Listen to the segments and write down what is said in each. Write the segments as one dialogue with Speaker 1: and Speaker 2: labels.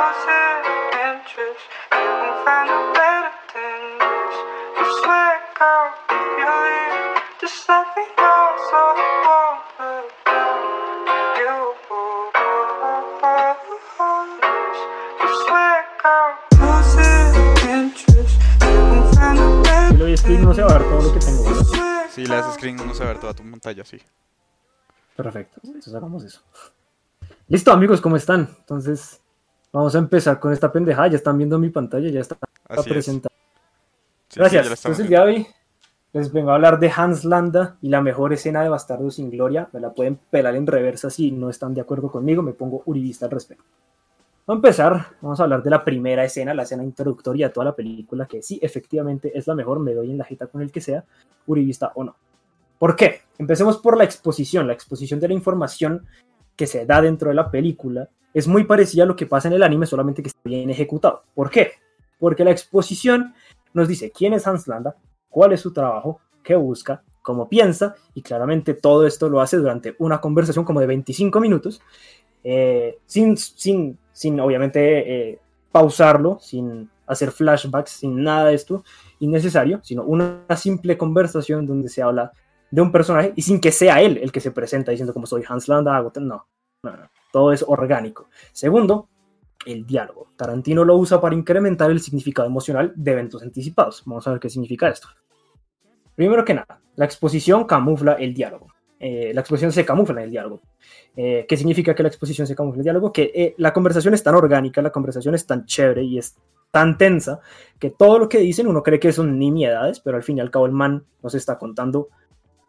Speaker 1: Losing interest, you can find a better than this. You swear, girl, if you leave, just let me know so I won't look down. You, you swear, girl, losing interest, you can find a better
Speaker 2: Si lo doy screen no se va a ver todo lo que tengo, ¿verdad?
Speaker 1: than
Speaker 3: Si le das screen no se va a ver toda tu pantalla, sí.
Speaker 2: Perfecto, entonces hagamos eso. Listo, amigos, ¿cómo están? Entonces, vamos a empezar con esta pendejada. Ya están viendo mi pantalla, ya está
Speaker 3: Así es. Sí,
Speaker 2: presentada.
Speaker 3: sí,
Speaker 2: Gracias.
Speaker 3: ya la estamos
Speaker 2: Entonces, el día
Speaker 3: viendo.
Speaker 2: de hoy les vengo a hablar de Hans Landa y la mejor escena de Bastardo sin Gloria. Me la pueden pelar en reversa si no están de acuerdo conmigo. Me pongo uribista al respecto. Vamos a empezar. Vamos a hablar de la primera escena, la escena introductoria de toda la película, que sí, efectivamente es la mejor. Me doy en la jeta con el que sea, uribista o no. ¿Por qué? Empecemos por la exposición. La exposición de la información que se da dentro de la película es muy parecida a lo que pasa en el anime, solamente que está bien ejecutado. ¿Por qué? Porque la exposición nos dice quién es Hans Landa, cuál es su trabajo, qué busca, cómo piensa, y claramente todo esto lo hace durante una conversación como de 25 minutos, eh, sin, sin, sin obviamente eh, pausarlo, sin hacer flashbacks, sin nada de esto innecesario, sino una simple conversación donde se habla de un personaje y sin que sea él el que se presenta diciendo como soy Hans Landa, hago tal- no, no, no, todo es orgánico. Segundo, el diálogo. Tarantino lo usa para incrementar el significado emocional de eventos anticipados. Vamos a ver qué significa esto. Primero que nada, la exposición camufla el diálogo. Eh, la exposición se camufla en el diálogo. Eh, ¿Qué significa que la exposición se camufla en el diálogo? Que eh, la conversación es tan orgánica, la conversación es tan chévere y es tan tensa que todo lo que dicen uno cree que son nimiedades, pero al fin y al cabo el man nos está contando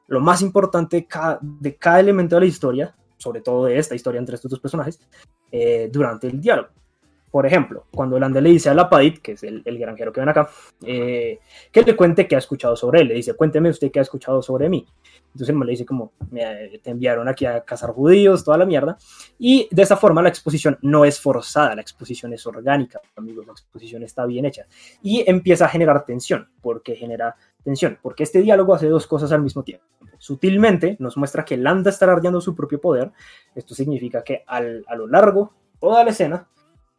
Speaker 2: lo más importante de cada, de cada elemento de la historia, sobre todo de esta historia entre estos dos personajes, eh, durante el diálogo. Por ejemplo, cuando Landa le dice a Lapadit, que es el, el granjero que ven acá, eh, que le cuente qué ha escuchado sobre él. Le dice, cuénteme usted qué ha escuchado sobre mí. Entonces el man le dice como, "Me- te enviaron aquí a cazar judíos, toda la mierda. Y de esa forma la exposición no es forzada, la exposición es orgánica, amigos, la exposición está bien hecha. Y empieza a generar tensión, porque genera tensión, porque este diálogo hace dos cosas al mismo tiempo. Sutilmente nos muestra que Landa está alardeando su propio poder, esto significa que al- a lo largo, toda la escena,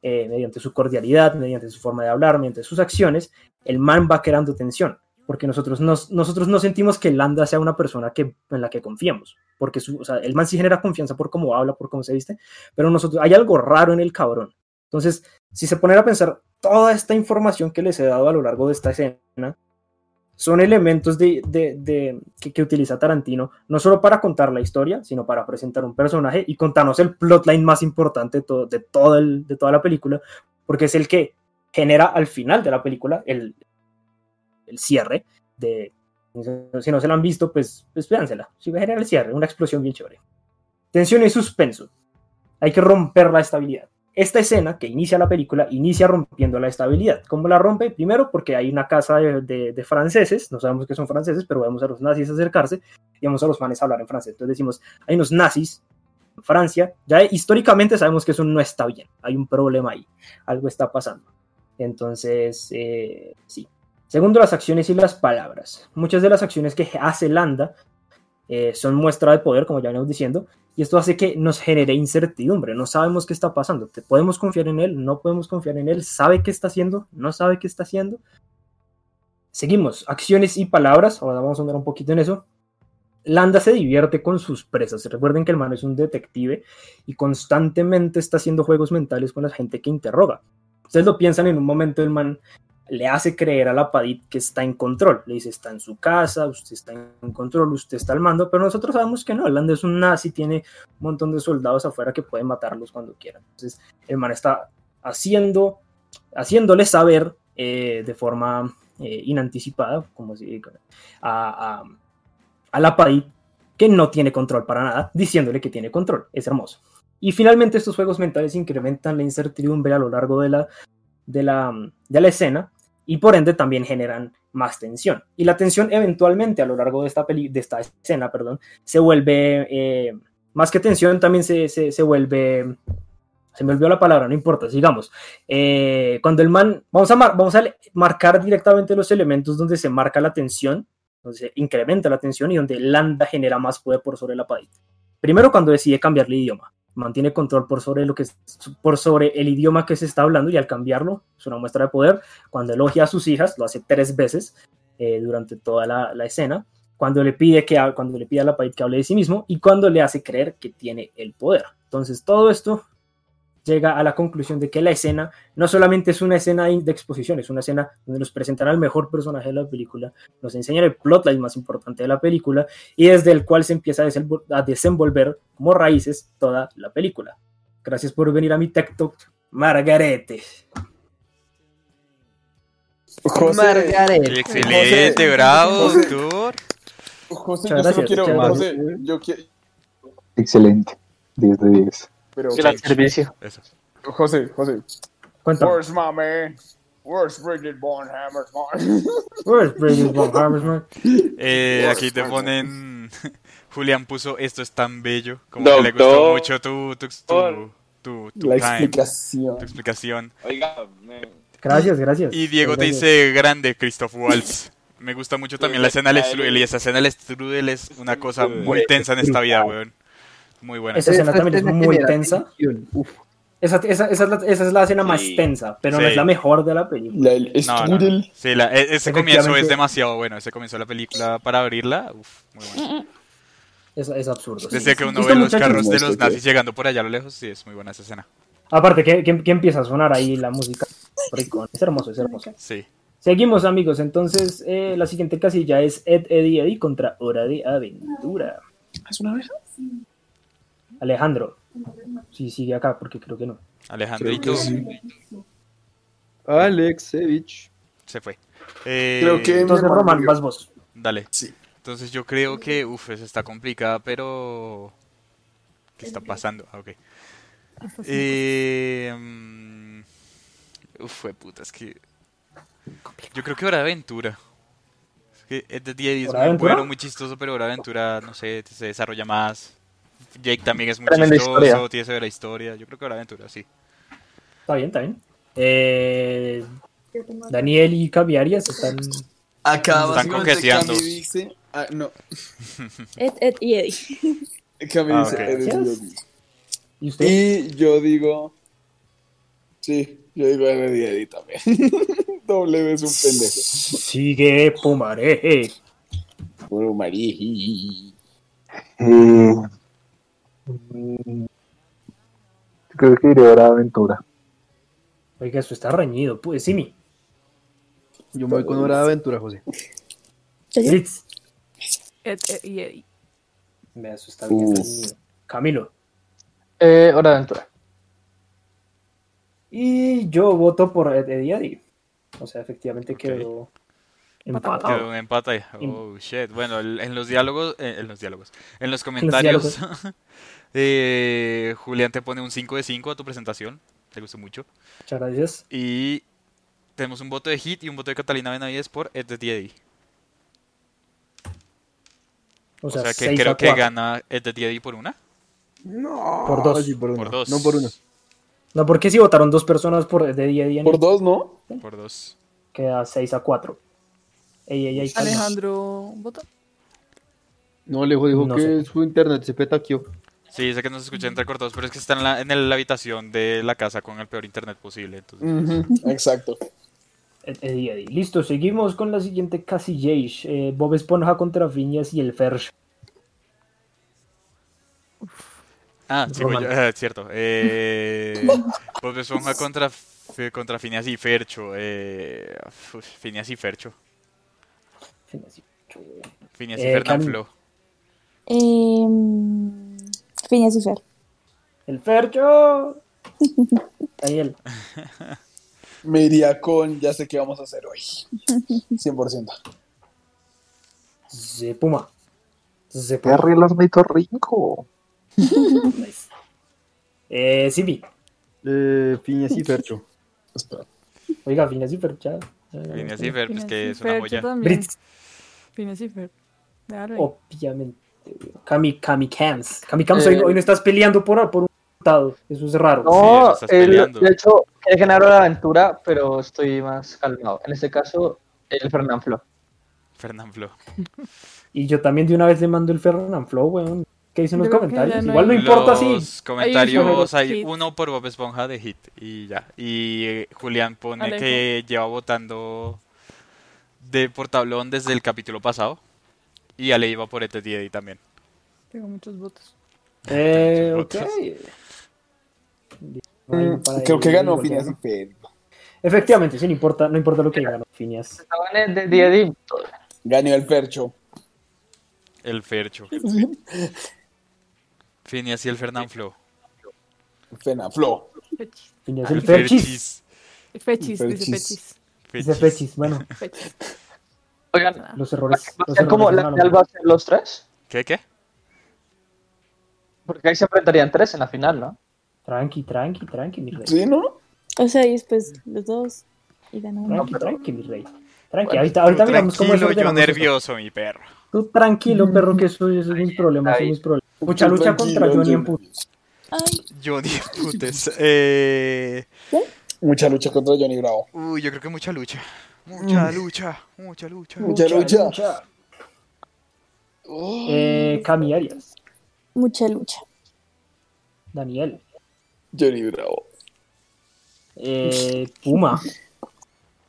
Speaker 2: eh, mediante su cordialidad, mediante su forma de hablar, mediante sus acciones, el man va creando tensión, porque nosotros, nos, nosotros no sentimos que Landa sea una persona que, en la que confiemos, porque su, o sea, el man sí genera confianza por cómo habla, por cómo se viste, pero nosotros, hay algo raro en el cabrón. Entonces, si se ponen a pensar toda esta información que les he dado a lo largo de esta escena, son elementos de, de- de- que, que utiliza Tarantino, no solo para contar la historia, sino para presentar un personaje y contarnos el plotline más importante de, todo- de, todo el- de toda la película, porque es el que genera al final de la película el, el cierre de... Si no se la han visto, pues, pues véansela. Si va a generar el cierre, una explosión bien chévere. Tensión y suspenso. Hay que romper la estabilidad esta escena que inicia la película inicia rompiendo la estabilidad. ¿Cómo la rompe? Primero porque hay una casa de, de- de franceses, no sabemos que son franceses, pero vemos a los nazis acercarse y vemos a los manes hablar en francés. Entonces decimos, hay unos nazis en Francia, ya históricamente sabemos que eso no está bien, hay un problema ahí, algo está pasando. Entonces, eh, sí. Segundo, las acciones y las palabras. Muchas de las acciones que hace Landa eh, son muestra de poder, como ya venimos diciendo, y esto hace que nos genere incertidumbre, no sabemos qué está pasando, ¿Te- podemos confiar en él, no podemos confiar en él, sabe qué está haciendo, no sabe qué está haciendo. Seguimos, acciones y palabras, ahora vamos a andar un poquito en eso. Landa se divierte con sus presas, recuerden que el man es un detective y constantemente está haciendo juegos mentales con la gente que interroga. Ustedes lo piensan en un momento, el man le hace creer a la Padit que está en control. Le dice, está en su casa, usted está en control, usted está al mando, pero nosotros sabemos que no. Holanda es un nazi, tiene un montón de soldados afuera que pueden matarlos cuando quieran. Entonces, el man está haciendo, haciéndole saber eh, de forma eh, inanticipada, como si, a, a, a la Padit que no tiene control para nada, diciéndole que tiene control. Es hermoso. Y finalmente estos juegos mentales incrementan la incertidumbre a lo largo de la, de la, de la escena y por ende también generan más tensión. Y la tensión eventualmente a lo largo de esta, peli de esta escena perdón, se vuelve, eh, más que tensión, también se, se, se vuelve, se me olvidó la palabra, no importa, sigamos. Eh, cuando el man, vamos a, mar- vamos a le- marcar directamente los elementos donde se marca la tensión, donde se incrementa la tensión y donde Landa genera más poder por sobre la pared. Primero cuando decide cambiar el idioma. mantiene control por sobre, lo que, es- por sobre el idioma que se está hablando y al cambiarlo es una muestra de poder. Cuando elogia a sus hijas, lo hace tres veces eh, durante toda la, la escena. Cuando le, pide que, ha- cuando le pide a la Paid que hable de sí mismo y cuando le hace creer que tiene el poder. Entonces todo esto llega a la conclusión de que la escena no solamente es una escena de de exposición, es una escena donde nos presentan al mejor personaje de la película, nos enseñan el plotline más importante de la película y desde el cual se empieza a, desenvol- a desenvolver como raíces toda la película. Gracias por venir a mi Tech Talk, Margarete.
Speaker 4: José,
Speaker 3: Qué Excelente,
Speaker 4: José.
Speaker 3: bravo,
Speaker 4: José.
Speaker 3: doctor.
Speaker 4: José,
Speaker 2: Muchas
Speaker 4: yo solo
Speaker 2: gracias,
Speaker 4: quiero,
Speaker 2: muchas
Speaker 4: José, yo quiero,
Speaker 5: Excelente. 10 de 10.
Speaker 4: pero
Speaker 3: Gracias.
Speaker 6: servicio.
Speaker 3: Eso.
Speaker 4: José, José,
Speaker 2: Cuéntame.
Speaker 4: where's my man? Where's Bridget Bonhammer's man?
Speaker 2: Where's Bridget Von Hammersman?
Speaker 3: Eh, aquí te
Speaker 4: Dios,
Speaker 3: ponen. Julián puso esto es tan bello. Como que le gustó
Speaker 7: Doctor.
Speaker 3: mucho tu, tu, tu, tu, tu
Speaker 4: La
Speaker 3: time,
Speaker 4: explicación.
Speaker 3: tu explicación.
Speaker 7: Oiga, me-
Speaker 2: Gracias, gracias.
Speaker 3: Y Diego te
Speaker 2: Gracias.
Speaker 3: dice grande, Christoph Waltz. Me gusta mucho también la escena del Strudel. Y esa escena del Strudel es una cosa muy tensa en esta vida, weón. Muy buena.
Speaker 2: Esa escena también es muy tensa.
Speaker 6: Uf,
Speaker 2: Esa, esa- esa es la, esa es la escena más
Speaker 7: Sí.
Speaker 2: tensa, pero no
Speaker 3: Sí.
Speaker 2: es la mejor de la película.
Speaker 4: La, el
Speaker 3: No, no, no.
Speaker 4: strudel.
Speaker 3: Sí, la- e- ese comienzo es
Speaker 2: Efectivamente.
Speaker 3: demasiado bueno. Ese comienzo de la película para abrirla, uf, muy bueno.
Speaker 2: Es, es absurdo. sí.
Speaker 3: Desde que uno
Speaker 2: Listo,
Speaker 3: ve los
Speaker 2: muchachos.
Speaker 3: carros de
Speaker 5: Listo,
Speaker 3: los
Speaker 5: ok.
Speaker 3: nazis llegando por allá a lo lejos, sí, es muy buena esa escena.
Speaker 2: Aparte, que, que- que empieza a sonar ahí la música. Rico. Es hermoso, es hermoso.
Speaker 3: Sí.
Speaker 2: Seguimos, amigos. Entonces, eh, la siguiente casilla es Ed, Eddie, Eddie contra Hora de Aventura.
Speaker 4: ¿Es una abeja?
Speaker 2: Alejandro. Sí, sigue acá, porque creo que no.
Speaker 3: Alejandrito
Speaker 6: Alexevich.
Speaker 3: se fue. Eh,
Speaker 4: Creo que-
Speaker 2: Entonces,
Speaker 4: Mi hermano
Speaker 2: Román,
Speaker 4: murió.
Speaker 2: vas vos.
Speaker 3: Dale.
Speaker 4: Sí.
Speaker 3: Entonces yo creo que, uff, esa está complicada, pero... ¿Qué está pasando? Ah, ok. Eh, mm, uf, fue puta, es que... Yo creo que Hora de Aventura. Es que este día es
Speaker 2: ¿Hora de
Speaker 3: muy
Speaker 2: Aventura?
Speaker 3: bueno, muy chistoso, pero Hora de Aventura, no sé, se desarrolla más. Jake también es muy
Speaker 6: Tremenda
Speaker 3: chistoso,
Speaker 6: historia.
Speaker 3: tiene severa historia. Yo creo que Hora de Aventura, sí.
Speaker 2: Está bien, está bien. Eh, Daniel y Caviarias están.
Speaker 4: Acá
Speaker 2: Están
Speaker 4: básicamente
Speaker 3: coqueteando.
Speaker 4: Cami dice... Ah, no.
Speaker 8: Ed, Ed y Eddie.
Speaker 4: Cami
Speaker 3: Ah,
Speaker 4: dice...
Speaker 3: ok.
Speaker 4: eres un loco.
Speaker 2: ¿Y usted?
Speaker 4: Y yo digo... Sí, yo digo RDD también. Doble es un pendejo.
Speaker 2: Sigue Pumareje.
Speaker 4: Puro mariji.
Speaker 5: Eh, mm, creo que iré ahora a aventura.
Speaker 2: Oiga, eso está reñido. Pues, Simi.
Speaker 6: Yo me voy con Hora de Aventura, José.
Speaker 2: Blitz.
Speaker 9: Ed, Ed eh, y Eddie.
Speaker 2: Vea, eso está bien
Speaker 5: Uh.
Speaker 2: reñido. Camilo.
Speaker 6: Eh, Hora de Aventura.
Speaker 2: Y yo voto por Ed, Eddie, Eddie. O sea, efectivamente
Speaker 3: Ok.
Speaker 2: quedó.
Speaker 9: Empatado.
Speaker 2: Empatado.
Speaker 3: Quedó un empate.
Speaker 2: Im-
Speaker 3: Oh, shit. Bueno, el- en los diálogos, eh, en los diálogos, en los comentarios, eh, Julián te pone un 5 de 5 a tu presentación. Te gustó mucho.
Speaker 2: Muchas gracias.
Speaker 3: Y tenemos un voto de Hit y un voto de Catalina Benavides por Ed de Diedi.
Speaker 2: O
Speaker 3: O
Speaker 2: sea,
Speaker 3: sea, que
Speaker 2: seis
Speaker 3: creo
Speaker 2: a
Speaker 3: que
Speaker 2: cuatro.
Speaker 3: gana Ed de Diedi por una.
Speaker 4: No.
Speaker 2: Por dos.
Speaker 6: Sí, por, uno.
Speaker 3: Por dos.
Speaker 6: No por uno.
Speaker 2: No, porque si votaron dos personas por de día a día,
Speaker 4: Por dos, ¿no?
Speaker 3: Por dos.
Speaker 2: este, queda 6 a 4. Ey, ey, ey, calma.
Speaker 9: Alejandro votó.
Speaker 6: No, Alejo dijo
Speaker 2: No
Speaker 6: que
Speaker 2: sé.
Speaker 6: su internet se petaqueó.
Speaker 3: Sí, dice que nos escucha entrecortados, pero es que está en la, en el- la habitación de la casa con el peor internet posible. Entonces,
Speaker 4: Ujú, Exacto.
Speaker 2: Ey, ey, ey. Listo, seguimos con la siguiente casilla. Eh, Bob Esponja contra Viñas y el Fersh.
Speaker 3: ah, sí, güey,
Speaker 2: Román.
Speaker 3: yo- eh, cierto. Eh, Bob Esponja contra, Fe- contra Phineas y Fercho. Eh, uf, Phineas y Fercho. Phineas y
Speaker 2: Eh,
Speaker 3: Fernanfloo.
Speaker 8: Eh, Phineas y Fer.
Speaker 2: ¡El oh. Fercho! Daniel,
Speaker 4: Me iría con ya sé qué vamos a hacer hoy. 100%.
Speaker 2: se Puma. Se Puma.
Speaker 5: Harry el hornito rico.
Speaker 2: Nice. Eh, Simi.
Speaker 6: Eh, Phineas y Fercho.
Speaker 4: Espera.
Speaker 2: Oiga, Viñas y Ferch. ya. Ya, ya,
Speaker 3: Phineas
Speaker 2: ya.
Speaker 3: y Ferb, es que es una
Speaker 9: Fercho
Speaker 3: joya.
Speaker 9: también.
Speaker 2: Britz,
Speaker 9: Phineas y Ferb. Dale.
Speaker 2: obviamente. Cami, Cami Cams. Cami Cams, hoy,
Speaker 6: Eh.
Speaker 2: no- hoy no estás peleando por, por un resultado. Eso es raro.
Speaker 3: eso
Speaker 10: No,
Speaker 3: estás
Speaker 10: él-
Speaker 3: peleando.
Speaker 10: de hecho, he ganado la aventura, pero estoy más calmado. En este caso, el Fernanfloo.
Speaker 3: Fernanfloo.
Speaker 2: Y yo también de una vez le mando el Fernanfloo, weón. ¿Qué dicen los
Speaker 9: Yo creo que ya
Speaker 2: comentarios?
Speaker 9: no
Speaker 2: Igual no
Speaker 9: hay-
Speaker 2: importa si.
Speaker 3: Los comentarios
Speaker 9: Ay,
Speaker 3: hay
Speaker 9: hit.
Speaker 3: uno por Bob Esponja de Hit y ya. Y eh, Julián pone
Speaker 9: Alejo.
Speaker 3: que lleva votando de por tablón desde el capítulo pasado. Y Ale iba por este día también.
Speaker 9: Tengo muchos votos.
Speaker 2: Eh, ok.
Speaker 3: Votos.
Speaker 2: Ahí para
Speaker 4: Mm, Creo que
Speaker 2: ahí,
Speaker 4: ganó
Speaker 2: volver,
Speaker 4: Phineas y
Speaker 2: ¿no?
Speaker 4: Ferb.
Speaker 2: Efectivamente, sí, no importa, no importa lo que ganó Phineas.
Speaker 10: Estaban en de día de
Speaker 4: Ganó el Fercho.
Speaker 3: El Fercho. Phineas y el Fernanfloo.
Speaker 4: Fenaflo.
Speaker 9: Fechis.
Speaker 2: Phineas el Ferchis.
Speaker 9: Fechis, dice
Speaker 4: Fechis.
Speaker 9: Fechis.
Speaker 2: Dice
Speaker 3: Ferchis.
Speaker 2: Ferchis, bueno,
Speaker 9: Fechis.
Speaker 10: Oigan, ¿va
Speaker 2: los errores.
Speaker 10: a
Speaker 2: Los
Speaker 10: ser
Speaker 2: errores
Speaker 10: como la
Speaker 2: humanos.
Speaker 10: final va a ser los tres?
Speaker 3: ¿Qué, qué?
Speaker 10: Porque ahí se enfrentarían tres en la final, ¿no?
Speaker 2: Tranqui, tranqui, tranqui, mi rey.
Speaker 4: ¿Sí, no?
Speaker 8: O sea, y después los dos y ganó uno.
Speaker 2: Tranqui, tranqui, mi rey. Tranqui,
Speaker 10: Bueno,
Speaker 2: ahorita, ahorita miramos cómo es
Speaker 3: Tranquilo, yo
Speaker 2: ordenamos eso.
Speaker 3: nervioso, mi perro.
Speaker 2: Tú tranquilo, perro, que eso, eso es mis problemas, eso es mis problemas. Mucha
Speaker 4: Tú
Speaker 2: lucha
Speaker 4: tranquilo,
Speaker 2: contra Johnny
Speaker 4: yo-
Speaker 2: en puto.
Speaker 8: Ay,
Speaker 3: Johnny Putes. Eh,
Speaker 4: Mucha lucha contra Johnny Bravo. Mm.
Speaker 3: uy, yo creo que mucha lucha. Mucha lucha, mucha lucha.
Speaker 4: Mucha lucha.
Speaker 2: Eh, Cami Arias,
Speaker 8: mucha lucha.
Speaker 2: Daniel,
Speaker 4: Johnny Bravo.
Speaker 2: eh, Puma,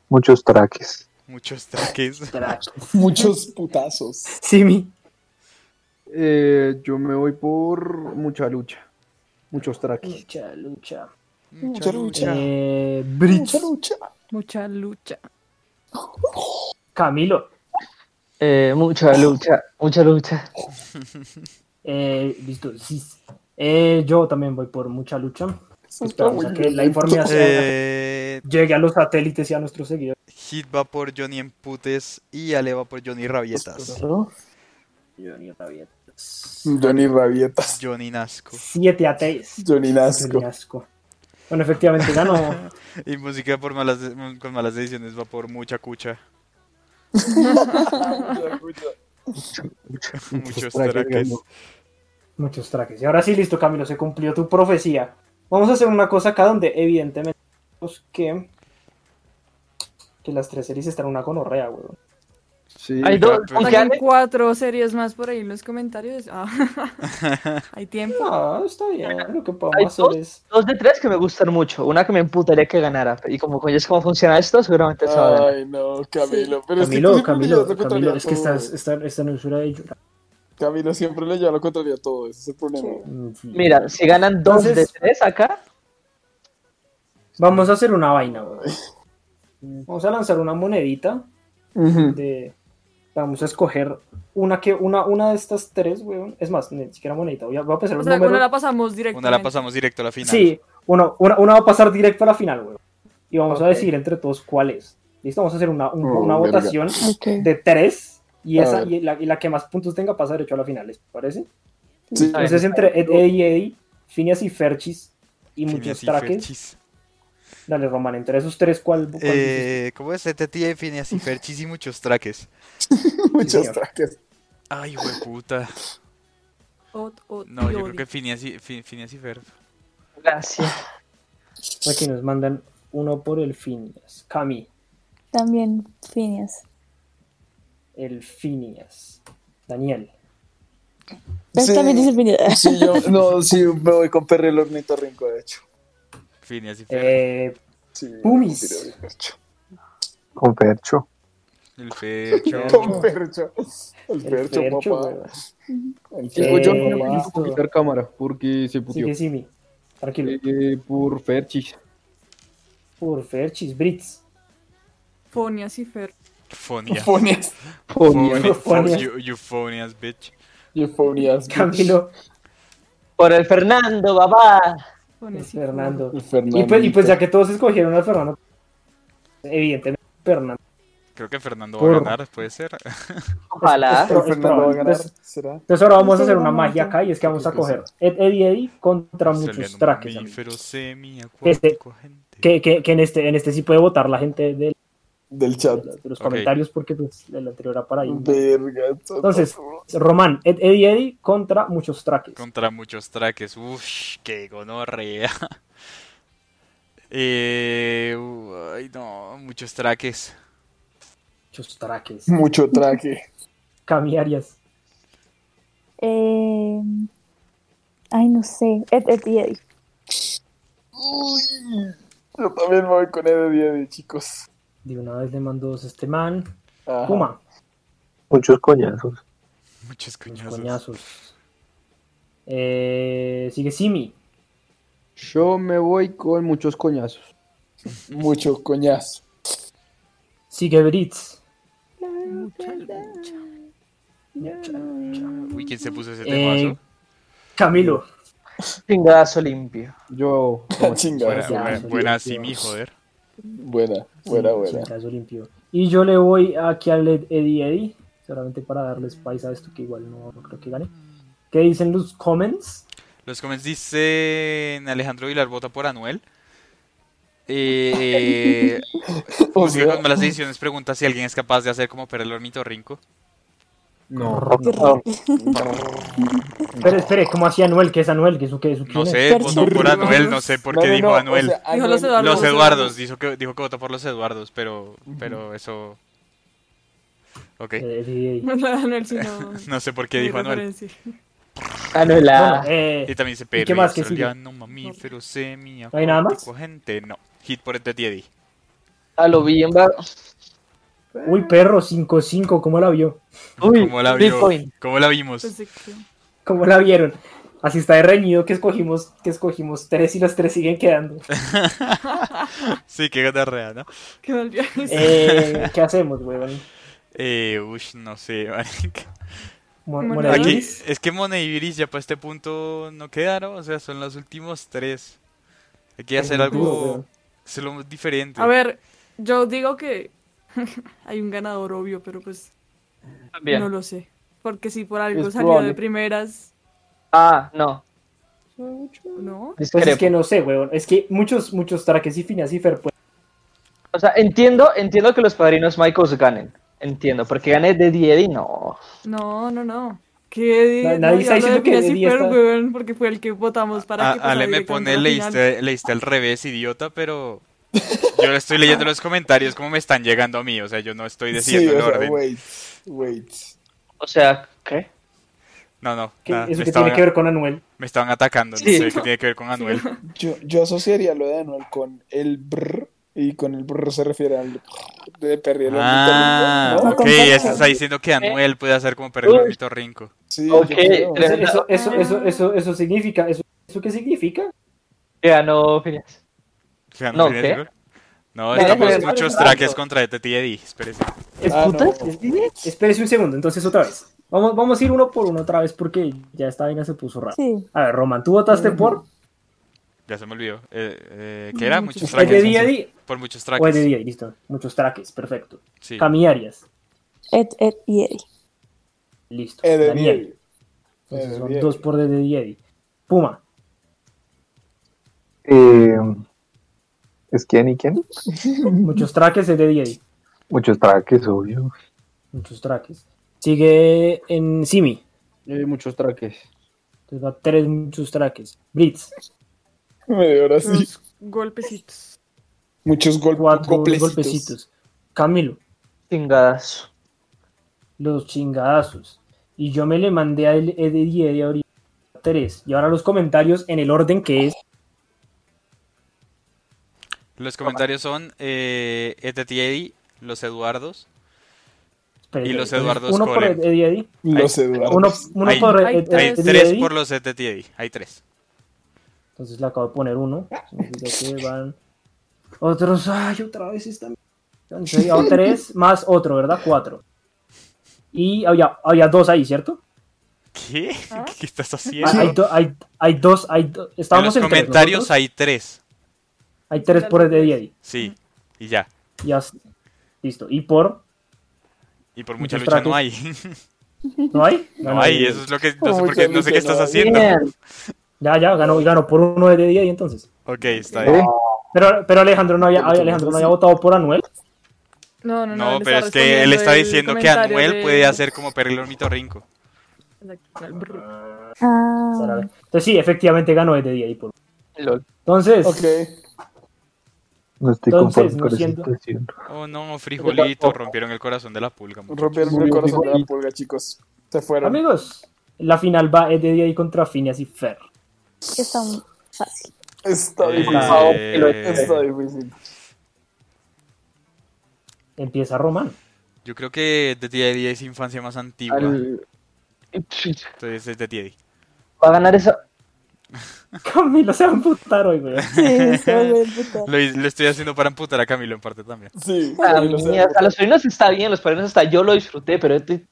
Speaker 5: Muchos traques.
Speaker 3: Muchos traques.
Speaker 4: Muchos putazos.
Speaker 2: Simi,
Speaker 6: Eh, yo me voy por mucha lucha. Muchos traques.
Speaker 2: Mucha Lucha,
Speaker 3: Mucha lucha.
Speaker 2: eh,
Speaker 4: Mucha
Speaker 2: Britz,
Speaker 4: lucha.
Speaker 9: Mucha lucha.
Speaker 2: Camilo,
Speaker 10: Eh, mucha lucha, mucha lucha.
Speaker 2: eh, listo, sí. Eh, yo también voy por mucha lucha. Esperamos a que la información
Speaker 3: Eh,
Speaker 2: llegue a los satélites y a nuestros seguidores.
Speaker 3: Hit va por Johnny Emputes y Ale va por Johnny Rabietas.
Speaker 4: Johnny Rabietas.
Speaker 3: Johnny Nasco.
Speaker 2: 7 a 3.
Speaker 4: Johnny Nasco.
Speaker 2: Bueno, efectivamente ganó.
Speaker 3: Y música por malas mm, con malas decisiones va por mucha cucha. Muchos traques.
Speaker 2: Muchos traques. Y ahora sí, listo, Camilo, se cumplió tu profecía. Vamos a hacer una cosa acá donde evidentemente vemos que que las tres series están una gonorrea, weón.
Speaker 6: Sí.
Speaker 10: Hay dos,
Speaker 3: pero-
Speaker 10: aunque
Speaker 9: Hagan
Speaker 10: Ale-
Speaker 9: cuatro series más por ahí en los comentarios. Ah, Hay tiempo.
Speaker 2: No, está bien. Lo que
Speaker 10: ¿Hay
Speaker 2: podemos
Speaker 10: dos?
Speaker 2: hacer es.
Speaker 10: dos de tres que me gustan mucho. Una que me emputaría que ganara. Y como conoces cómo funciona esto, seguramente saben.
Speaker 4: Ay, no, Camilo. Pero
Speaker 2: Camilo,
Speaker 4: es que tú siempre le
Speaker 2: Camilo,
Speaker 4: llevas la
Speaker 2: Camilo,
Speaker 4: contraria a
Speaker 2: es que
Speaker 4: todo.
Speaker 2: estás, esta, esta no es hora de llorar.
Speaker 4: Camilo siempre le lleva lo contrario a todo. Ese es el problema.
Speaker 2: Mm, sí.
Speaker 10: Mira, si ganan dos
Speaker 2: Entonces-
Speaker 10: de tres acá,
Speaker 2: Vamos a hacer una vaina, weón. Vamos a lanzar una monedita de- Vamos a escoger una que una, una de estas tres, weón. Es más, ni siquiera monedita. Voy a, voy a pensar
Speaker 9: O
Speaker 2: un
Speaker 9: sea,
Speaker 2: número.
Speaker 9: una la pasamos directamente.
Speaker 3: Una la pasamos directo a la final.
Speaker 2: Sí, uno, una, una va a pasar directo a la final, weón. Y vamos
Speaker 10: Ok.
Speaker 2: a decidir entre todos cuál es. Listo, vamos a hacer una, un-
Speaker 4: Oh,
Speaker 2: una
Speaker 4: verga.
Speaker 2: votación
Speaker 8: Ok.
Speaker 2: de tres. Y,
Speaker 4: A
Speaker 2: esa,
Speaker 4: ver.
Speaker 2: y, la, y la que más puntos tenga pasa derecho a la final, ¿les parece?
Speaker 4: Sí,
Speaker 10: A ver.
Speaker 2: Entonces entre Ed, Eddie y Eddie, Phineas y Ferchis y
Speaker 3: Phineas
Speaker 2: muchos
Speaker 3: y
Speaker 2: traques.
Speaker 3: Ferchis.
Speaker 2: Dale, Román, entre esos tres, ¿cuál? cuál dices?
Speaker 3: Eh, ¿Cómo es? TT, Phineas y Ferchis y muchos traques.
Speaker 4: muchos
Speaker 2: señor.
Speaker 4: traques.
Speaker 3: Ay, hueputa.
Speaker 9: Ot, ot,
Speaker 3: No, yo
Speaker 9: yodi.
Speaker 3: creo que Phineas y, Fin- Phineas y Fer.
Speaker 10: gracias.
Speaker 2: Aquí nos mandan uno por el Phineas. Cami,
Speaker 8: También Phineas.
Speaker 2: el Phineas. Daniel.
Speaker 8: Pero
Speaker 4: Sí.
Speaker 8: también dice Phineas.
Speaker 4: Sí, yo, no, sí, me voy con Perry el ornitorrinco, de hecho.
Speaker 3: Phineas y Fer.
Speaker 2: Eh,
Speaker 4: Sí,
Speaker 2: Pumis.
Speaker 4: sí, de hecho.
Speaker 5: Con Percho.
Speaker 3: El Fercho.
Speaker 4: Con Percho. El
Speaker 2: el
Speaker 4: Percho,
Speaker 2: Fercho,
Speaker 4: papá.
Speaker 2: weón.
Speaker 4: El
Speaker 6: Digo, yo
Speaker 2: Eh,
Speaker 6: no me
Speaker 2: listo.
Speaker 6: voy a quitar cámara porque se
Speaker 2: Sigue
Speaker 6: putió.
Speaker 2: Simi. Tranquilo.
Speaker 6: Eh, por Ferchis.
Speaker 2: Por Ferchis, Brits.
Speaker 9: Fonias y Fer.
Speaker 3: Fonia.
Speaker 4: Fonias.
Speaker 6: Fonia.
Speaker 3: Fo- fo-
Speaker 2: Euphonias.
Speaker 3: eu- Euphonias, bitch.
Speaker 4: Eufonias.
Speaker 2: Camilo,
Speaker 10: Por el Fernando, papá.
Speaker 2: el
Speaker 9: Fonias y Fer.
Speaker 2: Fernando.
Speaker 4: El Fernando.
Speaker 2: Y pues, y pues ya que todos escogieron al Fernando, evidentemente Fernando.
Speaker 3: Creo que Fernando va a
Speaker 2: Por-
Speaker 3: ganar, puede ser.
Speaker 10: Ojalá.
Speaker 2: Pero
Speaker 4: Ah, El
Speaker 2: es
Speaker 4: Fernando va a
Speaker 2: probable.
Speaker 4: ganar.
Speaker 2: Entonces-
Speaker 4: ¿Será?
Speaker 2: Entonces ahora vamos a
Speaker 8: Sí,
Speaker 2: hacer una
Speaker 8: vamos,
Speaker 2: magia acá y es que vamos a coger Ed, Eddie Eddie contra muchos
Speaker 3: Australiano
Speaker 2: traques.
Speaker 3: mamífero
Speaker 2: amigos.
Speaker 3: semiacuático, gente.
Speaker 2: Que, que, que en este en este sí puede votar la gente de,
Speaker 4: Del chat.
Speaker 2: de los
Speaker 3: Ok.
Speaker 2: comentarios porque pues, el anterior era para ahí.
Speaker 4: Verga.
Speaker 2: Entonces, Román, Ed, Eddie Eddie contra muchos traques.
Speaker 3: Contra muchos traques. Uff, qué gonorrea. Eh, u- ay, no, muchos traques.
Speaker 2: Muchos traques.
Speaker 4: Mucho traque.
Speaker 2: Cami Arias,
Speaker 8: Eh, Ay, no sé. Ed, Ed y Eddie.
Speaker 4: Uy, yo también me voy con Ed y Eddie, chicos.
Speaker 2: De una vez le mando dos a este man.
Speaker 3: Ah,
Speaker 4: Ajá.
Speaker 2: Puma,
Speaker 5: Muchos coñazos.
Speaker 3: Muchos
Speaker 2: los
Speaker 3: coñazos.
Speaker 2: coñazos. Eh, sigue Simi.
Speaker 6: Yo me voy con muchos coñazos.
Speaker 4: Mucho coñazo.
Speaker 2: Sigue Britz.
Speaker 3: Mucha lucha. Mucha lucha. Uy, ¿quién se puso ese temazo?
Speaker 2: Eh, Camilo.
Speaker 10: Chingazo limpio.
Speaker 6: Yo.
Speaker 4: Chingada.
Speaker 3: Buena,
Speaker 2: ya,
Speaker 3: buena,
Speaker 2: ya,
Speaker 3: buena
Speaker 2: ya.
Speaker 3: Simi, joder.
Speaker 4: Ah, Buena, buena,
Speaker 2: Sí,
Speaker 4: buena.
Speaker 2: chingazo limpio. Y yo le voy aquí al Ed- Eddie Eddie, solamente para darles paisa a esto que igual no, no creo que gane. ¿Qué dicen los comments?
Speaker 3: Los comments dicen Alejandro Vilar vota por Anuel. Eh,
Speaker 4: O
Speaker 3: juzga
Speaker 4: sea,
Speaker 3: con malas decisiones pregunta si alguien es capaz de hacer como perder el ornitorrinco.
Speaker 6: No.
Speaker 8: Qué raro.
Speaker 2: Espere, espere, ¿cómo hacía Anuel? ¿Qué es Anuel? ¿Qué es su qué? ¿Su quién
Speaker 3: No
Speaker 2: es?
Speaker 3: sé,
Speaker 8: Pero-
Speaker 3: votó por Anuel, no sé por
Speaker 4: no,
Speaker 3: qué
Speaker 4: no,
Speaker 3: dijo
Speaker 4: no, o
Speaker 3: Anuel.
Speaker 4: sea,
Speaker 9: Dijo
Speaker 4: Anuel-
Speaker 9: los Eduardo.
Speaker 3: Los Eduardos,
Speaker 9: los Eduardos.
Speaker 3: dijo que, dijo que votó por los Eduardos, pero, pero eso... Ok,
Speaker 2: Eh, Eddie Eddie.
Speaker 9: No, no, no, sí, no.
Speaker 3: no sé por qué dijo
Speaker 9: Mi
Speaker 3: Anuel.
Speaker 9: referencia.
Speaker 10: Anulada.
Speaker 2: Bueno, eh,
Speaker 3: Y también dice, pero
Speaker 2: qué más? ¿Qué sigue?
Speaker 3: australiano, mamífero, semi,
Speaker 2: ¿No hay nada
Speaker 9: pues.
Speaker 2: más?
Speaker 3: acuático, gente, no. Hit por este Ed Eddie.
Speaker 10: A lo bien, va.
Speaker 2: Uy, perro, 5-5, ¿cómo la vio?
Speaker 10: Uy,
Speaker 3: ¿Cómo la, vio?
Speaker 10: Bitcoin.
Speaker 3: ¿Cómo la vimos?
Speaker 9: Pensé que-
Speaker 2: ¿Cómo la vieron? Así está de reñido que escogimos, que escogimos tres y las tres siguen quedando.
Speaker 9: ah.
Speaker 3: Sí, qué gata real, ¿no?
Speaker 9: que mal viaje.
Speaker 2: Eh, ¿Qué hacemos, weón?
Speaker 3: Eh, ush, no sé, marica.
Speaker 2: Mo-
Speaker 9: Bueno,
Speaker 2: moneda
Speaker 3: Aquí,
Speaker 2: gris.
Speaker 3: es que Mona y Iris ya para este punto no quedaron, o sea, son los últimos tres. Hay que hacer algo,
Speaker 2: weón.
Speaker 3: hacerlo diferente.
Speaker 9: A ver, yo digo que hay un ganador obvio, pero pues
Speaker 10: Bien.
Speaker 9: no lo sé. Porque si por algo
Speaker 6: Es
Speaker 9: salió
Speaker 6: probable.
Speaker 9: de primeras,
Speaker 10: Ah, no.
Speaker 9: ¿no?
Speaker 2: Pues
Speaker 10: Discrepo.
Speaker 2: es que no sé, weón. Es que muchos, muchos traques y finas y fer, pues,
Speaker 10: O sea, entiendo, entiendo que los padrinos Michaels ganen. Entiendo, porque gane de Diedi, no.
Speaker 9: No, no, no. ¿Qué
Speaker 2: Na-
Speaker 9: di-
Speaker 2: nadie
Speaker 9: no,
Speaker 2: está
Speaker 9: yo
Speaker 2: diciendo
Speaker 9: hablo de
Speaker 2: que
Speaker 9: Phineas y
Speaker 2: Eddie
Speaker 9: Ferb,
Speaker 2: está-
Speaker 9: weón, porque fue el que votamos para
Speaker 3: A-
Speaker 9: que pues, pasara
Speaker 3: Ah, Ale me pone,
Speaker 9: directamente a la final.
Speaker 3: leíste, leíste al revés, idiota, pero yo estoy leyendo los comentarios como me están llegando a mí, o sea, yo no estoy
Speaker 4: Sí,
Speaker 3: decidiendo
Speaker 4: o
Speaker 3: el
Speaker 4: sea,
Speaker 3: orden.
Speaker 4: wait, wait.
Speaker 10: O sea, ¿qué?
Speaker 3: No, no,
Speaker 2: ¿qué-
Speaker 3: nada,
Speaker 2: eso
Speaker 3: me,
Speaker 2: que tiene
Speaker 3: estaban,
Speaker 2: que ver con Anuel.
Speaker 3: me estaban atacando, no
Speaker 10: Sí.
Speaker 3: sé qué tiene que ver con Anuel.
Speaker 4: Yo, yo asociaría lo de Anuel con el brr y con el brr se refiere al brr de Perry el
Speaker 3: Ah,
Speaker 4: ornitorrinco, ¿no?
Speaker 3: ok,
Speaker 8: Con
Speaker 3: eso
Speaker 8: Ferb.
Speaker 3: está diciendo que Anuel puede hacer como perder el
Speaker 10: Uy.
Speaker 3: ornitorrinco.
Speaker 4: Sí, yo
Speaker 10: Ok,
Speaker 4: creo.
Speaker 10: creo-
Speaker 2: Eso, eso, eso, eso, eso, eso significa, eso, ¿eso qué significa?
Speaker 10: Que ganó Phineas.
Speaker 3: Ganó
Speaker 10: No,
Speaker 3: Phineas
Speaker 10: ¿qué?
Speaker 3: Girl. No,
Speaker 10: Vale,
Speaker 3: estamos
Speaker 10: vale,
Speaker 3: muchos
Speaker 10: vale,
Speaker 3: traques
Speaker 10: vale.
Speaker 3: contra E ETT Eddie, espérese.
Speaker 2: Es-
Speaker 4: Ah,
Speaker 10: ¿Puta?
Speaker 4: no.
Speaker 10: ¿Es Diedi?
Speaker 2: Espérese un segundo, entonces otra vez. Vamos, vamos a ir uno por uno otra vez porque ya esta vaina se puso rara.
Speaker 8: Sí.
Speaker 2: A ver, Roman, ¿tú votaste por
Speaker 3: Ya se me olvidó. Eh, eh, ¿Qué era? Muchos
Speaker 9: Muchos
Speaker 2: el
Speaker 3: traques.
Speaker 2: de Eddie
Speaker 3: Por muchos
Speaker 2: o el de
Speaker 3: traques.
Speaker 2: Eddie? Listo, muchos traques, perfecto.
Speaker 3: Sí.
Speaker 2: Cami Arias,
Speaker 8: Ed, Ed y Eddie.
Speaker 2: listo.
Speaker 4: Eh, de
Speaker 2: Daniel,
Speaker 4: Diego.
Speaker 2: entonces
Speaker 4: Eh,
Speaker 2: son
Speaker 4: Diego.
Speaker 2: dos por de Eddie. Puma,
Speaker 5: Eh, ¿Es quién y quién?
Speaker 2: muchos traques, el de Eddie.
Speaker 5: Muchos traques, obvio.
Speaker 2: Muchos traques. Sigue en Simi,
Speaker 6: Eh, muchos traques.
Speaker 2: entonces va tres muchos traques. Blitz,
Speaker 4: Me dio ahora sí.
Speaker 9: Unos golpecitos.
Speaker 4: Muchos gol
Speaker 2: cuatro
Speaker 4: golpecitos.
Speaker 2: golpecitos. Camilo,
Speaker 10: Chingadas.
Speaker 2: los chingadazos. Y yo me le mandé a él eh, de 10 de ahorita 3. Y ahora los comentarios en el orden que es.
Speaker 3: Los comentarios son eh, ETT Eddie, los Eduardos.
Speaker 2: Espere,
Speaker 3: Y los
Speaker 2: entonces,
Speaker 3: Eduardos
Speaker 2: uno por
Speaker 3: Coren.
Speaker 2: Ed- Eddie Eddy,
Speaker 4: Los Eduardo.
Speaker 2: uno, uno
Speaker 3: Hay-
Speaker 2: por Ed-
Speaker 9: hay
Speaker 2: Ed-
Speaker 3: Hay
Speaker 2: Eddie
Speaker 9: Tres
Speaker 3: tres
Speaker 2: Eddy.
Speaker 3: por los ETT Eddie, hay tres.
Speaker 2: Entonces le acabo de poner uno. Significa que van Otros, ay, otra vez esta. mierda. Entonces había tres más otro, ¿verdad? Cuatro. Y había, había dos ahí, ¿cierto?
Speaker 3: ¿Qué?
Speaker 9: ¿Ah?
Speaker 3: ¿Qué estás haciendo?
Speaker 2: Hay, do- hay, hay dos, hay do-
Speaker 3: en
Speaker 2: estábamos
Speaker 3: los
Speaker 2: en, tres,
Speaker 3: comentarios
Speaker 2: nosotros.
Speaker 3: hay tres.
Speaker 2: hay tres por Ed- Eddie Eddy.
Speaker 3: Sí, y ya.
Speaker 2: Ya, s- listo. ¿Y por?
Speaker 3: Y por mucha
Speaker 2: Muchos
Speaker 3: lucha no
Speaker 2: traques.
Speaker 3: hay.
Speaker 2: ¿No hay?
Speaker 3: No,
Speaker 2: Ganó
Speaker 3: hay,
Speaker 2: Eddie
Speaker 3: eso
Speaker 2: Eddy.
Speaker 3: es lo que. No
Speaker 4: Por
Speaker 3: sé, por
Speaker 4: mucha
Speaker 3: qué, no sé
Speaker 4: lucha
Speaker 3: qué estás
Speaker 4: no hay.
Speaker 3: haciendo.
Speaker 10: Bien.
Speaker 2: Ya, ya, ganó, y ganó por uno de día y entonces.
Speaker 3: Ok, está
Speaker 5: Eh,
Speaker 3: bien.
Speaker 2: Pero, pero Alejandro no había, había- Alejandro no había votado por Anuel.
Speaker 9: No, no, no.
Speaker 3: No,
Speaker 9: él
Speaker 3: pero
Speaker 9: está
Speaker 3: es que él
Speaker 9: respondiendo
Speaker 3: está
Speaker 9: el
Speaker 3: diciendo que
Speaker 9: comentario
Speaker 3: Anuel
Speaker 9: de-
Speaker 3: puede hacer como Perry el ornitorrinco.
Speaker 9: Exacto, el brr.
Speaker 8: Ah.
Speaker 2: Entonces sí, efectivamente ganó de día y por.
Speaker 10: Lol.
Speaker 2: Entonces,
Speaker 4: Ok.
Speaker 5: No estoy
Speaker 2: Entonces,
Speaker 5: conforme
Speaker 2: no
Speaker 5: con esa
Speaker 2: siento-
Speaker 5: situación.
Speaker 3: Oh no, frijolito, rompieron el corazón de la pulga. muchachos.
Speaker 4: Rompieron el corazón de la pulga, chicos. Se fueron.
Speaker 2: amigos, la final va de día y contra Phineas y Fer.
Speaker 8: Está muy fácil.
Speaker 4: Está
Speaker 3: Eh,
Speaker 4: difícil.
Speaker 3: eh,
Speaker 4: Está difícil.
Speaker 2: Empieza Román.
Speaker 3: Yo creo que The Daddy es infancia más antigua.
Speaker 10: Al-
Speaker 3: Entonces es The Daddy.
Speaker 10: Va a ganar esa.
Speaker 2: Camilo se va a emputar hoy, güey.
Speaker 8: Sí, se va a putar.
Speaker 3: Lo, hi- lo estoy haciendo para amputar a Camilo en parte también.
Speaker 4: Sí.
Speaker 10: A,
Speaker 4: sí, lo sé.
Speaker 10: mí, hasta los padrinos está bien, los padrinos hasta yo lo disfruté, pero este-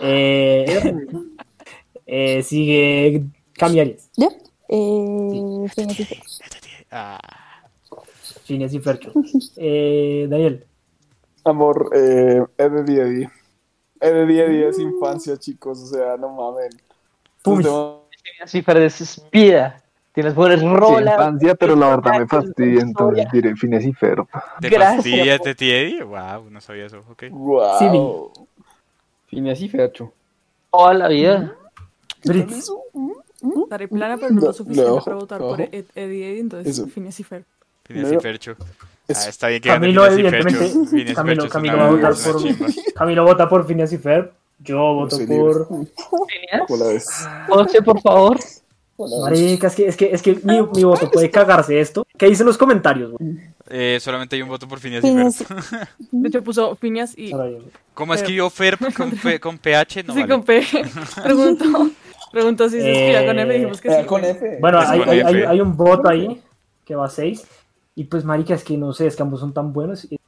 Speaker 2: Eh, eh, sigue Cami Arias,
Speaker 8: ¿Ya? Eh, ¿quién es ese?
Speaker 3: Ah,
Speaker 2: Phineas y Fercho. Eh, Daniel,
Speaker 4: Amor, eh, es de día a día. Es de día a día, es infancia, chicos. O sea, no mamen.
Speaker 2: Pum.
Speaker 10: así pareces es vida. Tienes buenas
Speaker 5: Sí,
Speaker 10: rolas.
Speaker 5: infancia, pero la verdad me fastidia, entonces diré fines y ferro.
Speaker 3: ¿Te
Speaker 10: Gracias,
Speaker 3: fastidia
Speaker 10: po-
Speaker 3: The Daddy? Wow, no sabía eso. Ok.
Speaker 4: Wow.
Speaker 2: Sí,
Speaker 6: Phineas y Fercho.
Speaker 10: Toda la vida.
Speaker 2: Brits,
Speaker 9: Daré plana, pero no
Speaker 4: No,
Speaker 9: lo suficiente
Speaker 4: no,
Speaker 9: para votar
Speaker 4: ojo.
Speaker 9: por Ed, Eddie Eddy, entonces
Speaker 4: Eso.
Speaker 9: Phineas y Ferb.
Speaker 3: Phineas y
Speaker 4: Pero-
Speaker 3: Fercho.
Speaker 4: Es-
Speaker 3: Ah, está bien que gane
Speaker 2: Camilo,
Speaker 3: Phineas y Fercho.
Speaker 2: evidentemente.
Speaker 3: Phineas y
Speaker 2: Camilo,
Speaker 3: Fercho es
Speaker 2: Camilo
Speaker 3: una-
Speaker 2: va a votar
Speaker 3: es una
Speaker 2: por-
Speaker 3: chimba.
Speaker 2: Camilo vota por Phineas y Ferb. Yo voto
Speaker 4: soy libre.
Speaker 2: por.
Speaker 3: Ah,
Speaker 10: Phineas,
Speaker 4: ¿Cómo la ves?
Speaker 10: vote, por favor.
Speaker 2: Marica, es que, es que, es que mi, mi voto puede cagarse esto. ¿Qué dicen los comentarios, güey?
Speaker 3: Eh, solamente hay un voto por Phineas y
Speaker 8: Phineas-
Speaker 3: Ferb.
Speaker 9: De hecho, puso Phineas y.
Speaker 2: Ahora bien.
Speaker 3: ¿Cómo
Speaker 9: Pero-
Speaker 3: escribió Ferb con, fe- con PH? No,
Speaker 9: sí,
Speaker 3: vale.
Speaker 9: con P. preguntó, preguntó si se escribía con
Speaker 2: Eh,
Speaker 9: F y dijimos que
Speaker 4: Era
Speaker 10: Ah,
Speaker 9: sí.
Speaker 4: con
Speaker 9: güey.
Speaker 4: F.
Speaker 2: Bueno,
Speaker 3: Es
Speaker 2: hay,
Speaker 3: con
Speaker 2: hay-
Speaker 3: F.
Speaker 2: hay- hay un bot ahí que va a 6. Y pues, marica, es que no sé, es que ambos son tan buenos. Es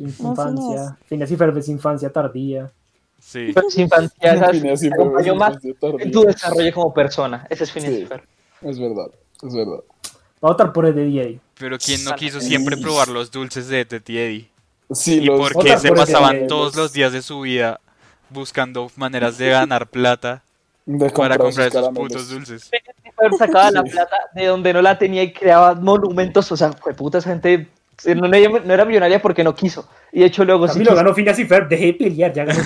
Speaker 2: Infancia. Phineas y Ferb es infancia tardía.
Speaker 3: Sí.
Speaker 10: Pero es infancia,
Speaker 4: Al
Speaker 10: ¿sabes?
Speaker 4: final sí fue
Speaker 10: acompañó más
Speaker 4: bastante tardío.
Speaker 10: en tu desarrollo como persona. Ese es Phineas
Speaker 4: Sí.
Speaker 10: y Ferb.
Speaker 4: Es verdad, es verdad.
Speaker 2: Va a votar por el de DJ.
Speaker 3: Pero ¿quién no
Speaker 10: Sana.
Speaker 3: quiso siempre probar los dulces de Teti Eddy?
Speaker 4: Sí,
Speaker 3: ¿Y por qué
Speaker 2: Otra
Speaker 3: se
Speaker 2: porque-
Speaker 3: pasaban todos los días de su vida buscando maneras de ganar plata
Speaker 4: de
Speaker 3: para comprar
Speaker 4: sus
Speaker 3: esos
Speaker 4: caramelos.
Speaker 3: putos dulces?
Speaker 10: Phineas y Ferb sacaba la
Speaker 4: Sí.
Speaker 10: plata de donde no la tenía y creaba monumentos. O sea, fue puta, esa gente eh, no, no era millonaria porque no quiso. Y de hecho luego Pues sí
Speaker 2: Camilo
Speaker 10: quiso.
Speaker 2: ganó Phineas y Ferb. Dejé de pelear, ya ganó.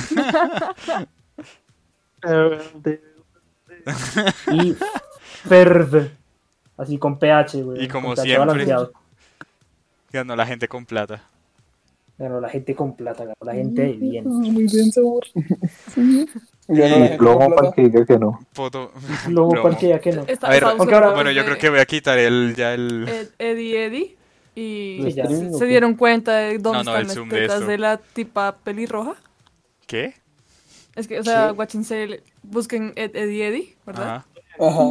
Speaker 2: Y Ferb. Así con PH, güey.
Speaker 3: Y como
Speaker 2: con PH
Speaker 3: siempre.
Speaker 2: balanceado.
Speaker 3: Ganó la gente con plata.
Speaker 2: Ganó la gente con plata, ganó la gente de bien.
Speaker 8: Ah, Muy bien sabor. Sí.
Speaker 4: Ganó la
Speaker 5: Y
Speaker 4: gente con
Speaker 5: plomo para
Speaker 4: plata.
Speaker 5: que diga que no.
Speaker 3: Foto.
Speaker 2: Luego,
Speaker 3: Plomo.
Speaker 2: ¿por qué ya que no?
Speaker 9: Está-
Speaker 3: A
Speaker 9: Eh,
Speaker 3: ver,
Speaker 9: está
Speaker 2: porque
Speaker 9: buscando
Speaker 2: ahora-
Speaker 9: fotos
Speaker 3: Bueno, yo
Speaker 9: de
Speaker 3: creo que voy a quitar el ya el...
Speaker 9: Ed, Eddie Eddy y
Speaker 2: Sí, ya.
Speaker 9: se, se dieron cuenta de
Speaker 3: No,
Speaker 9: dónde
Speaker 3: no, el
Speaker 9: están
Speaker 3: zoom
Speaker 9: las
Speaker 3: de
Speaker 9: tetas
Speaker 3: esto.
Speaker 9: de, la tipa pelirroja.
Speaker 3: ¿Qué?
Speaker 9: Es que, o sea, guáchense, busquen Ed, Eddie Eddy,
Speaker 3: Ajá.
Speaker 9: ¿verdad?
Speaker 4: Ajá.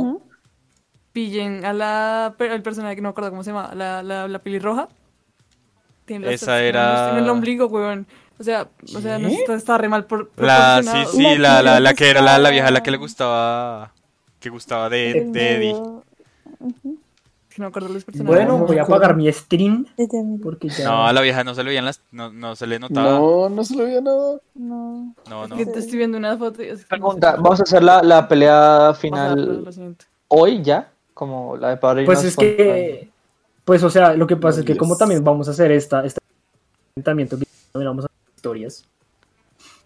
Speaker 9: pillen a la per- al personaje que no me acuerdo cómo se llama, la, la, la pelirroja. Tiene las
Speaker 3: Esa
Speaker 9: tetas
Speaker 3: era-
Speaker 9: en el ombligo, weón. O sea, o sea, no está, está re mal por
Speaker 3: La, sí,
Speaker 9: proporcionado.
Speaker 3: sí, la, la,
Speaker 8: La que le
Speaker 3: la que era la, la vieja, la que le
Speaker 8: gustaba-
Speaker 3: gustaba... Que gustaba de,
Speaker 8: El
Speaker 3: de Eddie.
Speaker 8: medio-
Speaker 9: Que No me acuerdo los personajes.
Speaker 2: Bueno, voy a apagar mi stream
Speaker 8: de Jamil.
Speaker 2: porque ya.
Speaker 3: No, a la vieja no se le veían las... No, no se le notaba.
Speaker 4: No, no se le veía nada.
Speaker 8: No.
Speaker 3: No, no.
Speaker 9: Que te estoy viendo una foto y es que no sé.
Speaker 10: Pregunta, vamos a hacer la, la pelea
Speaker 9: Vamos a darle
Speaker 10: final
Speaker 9: lo siguiente.
Speaker 10: hoy ya, como la de padrinos.
Speaker 2: Pues es
Speaker 10: contra-
Speaker 2: que, pues o sea, lo que pasa es que
Speaker 4: Yes.
Speaker 2: como también vamos a hacer esta, este enfrentamiento, que también vamos a hacer historias,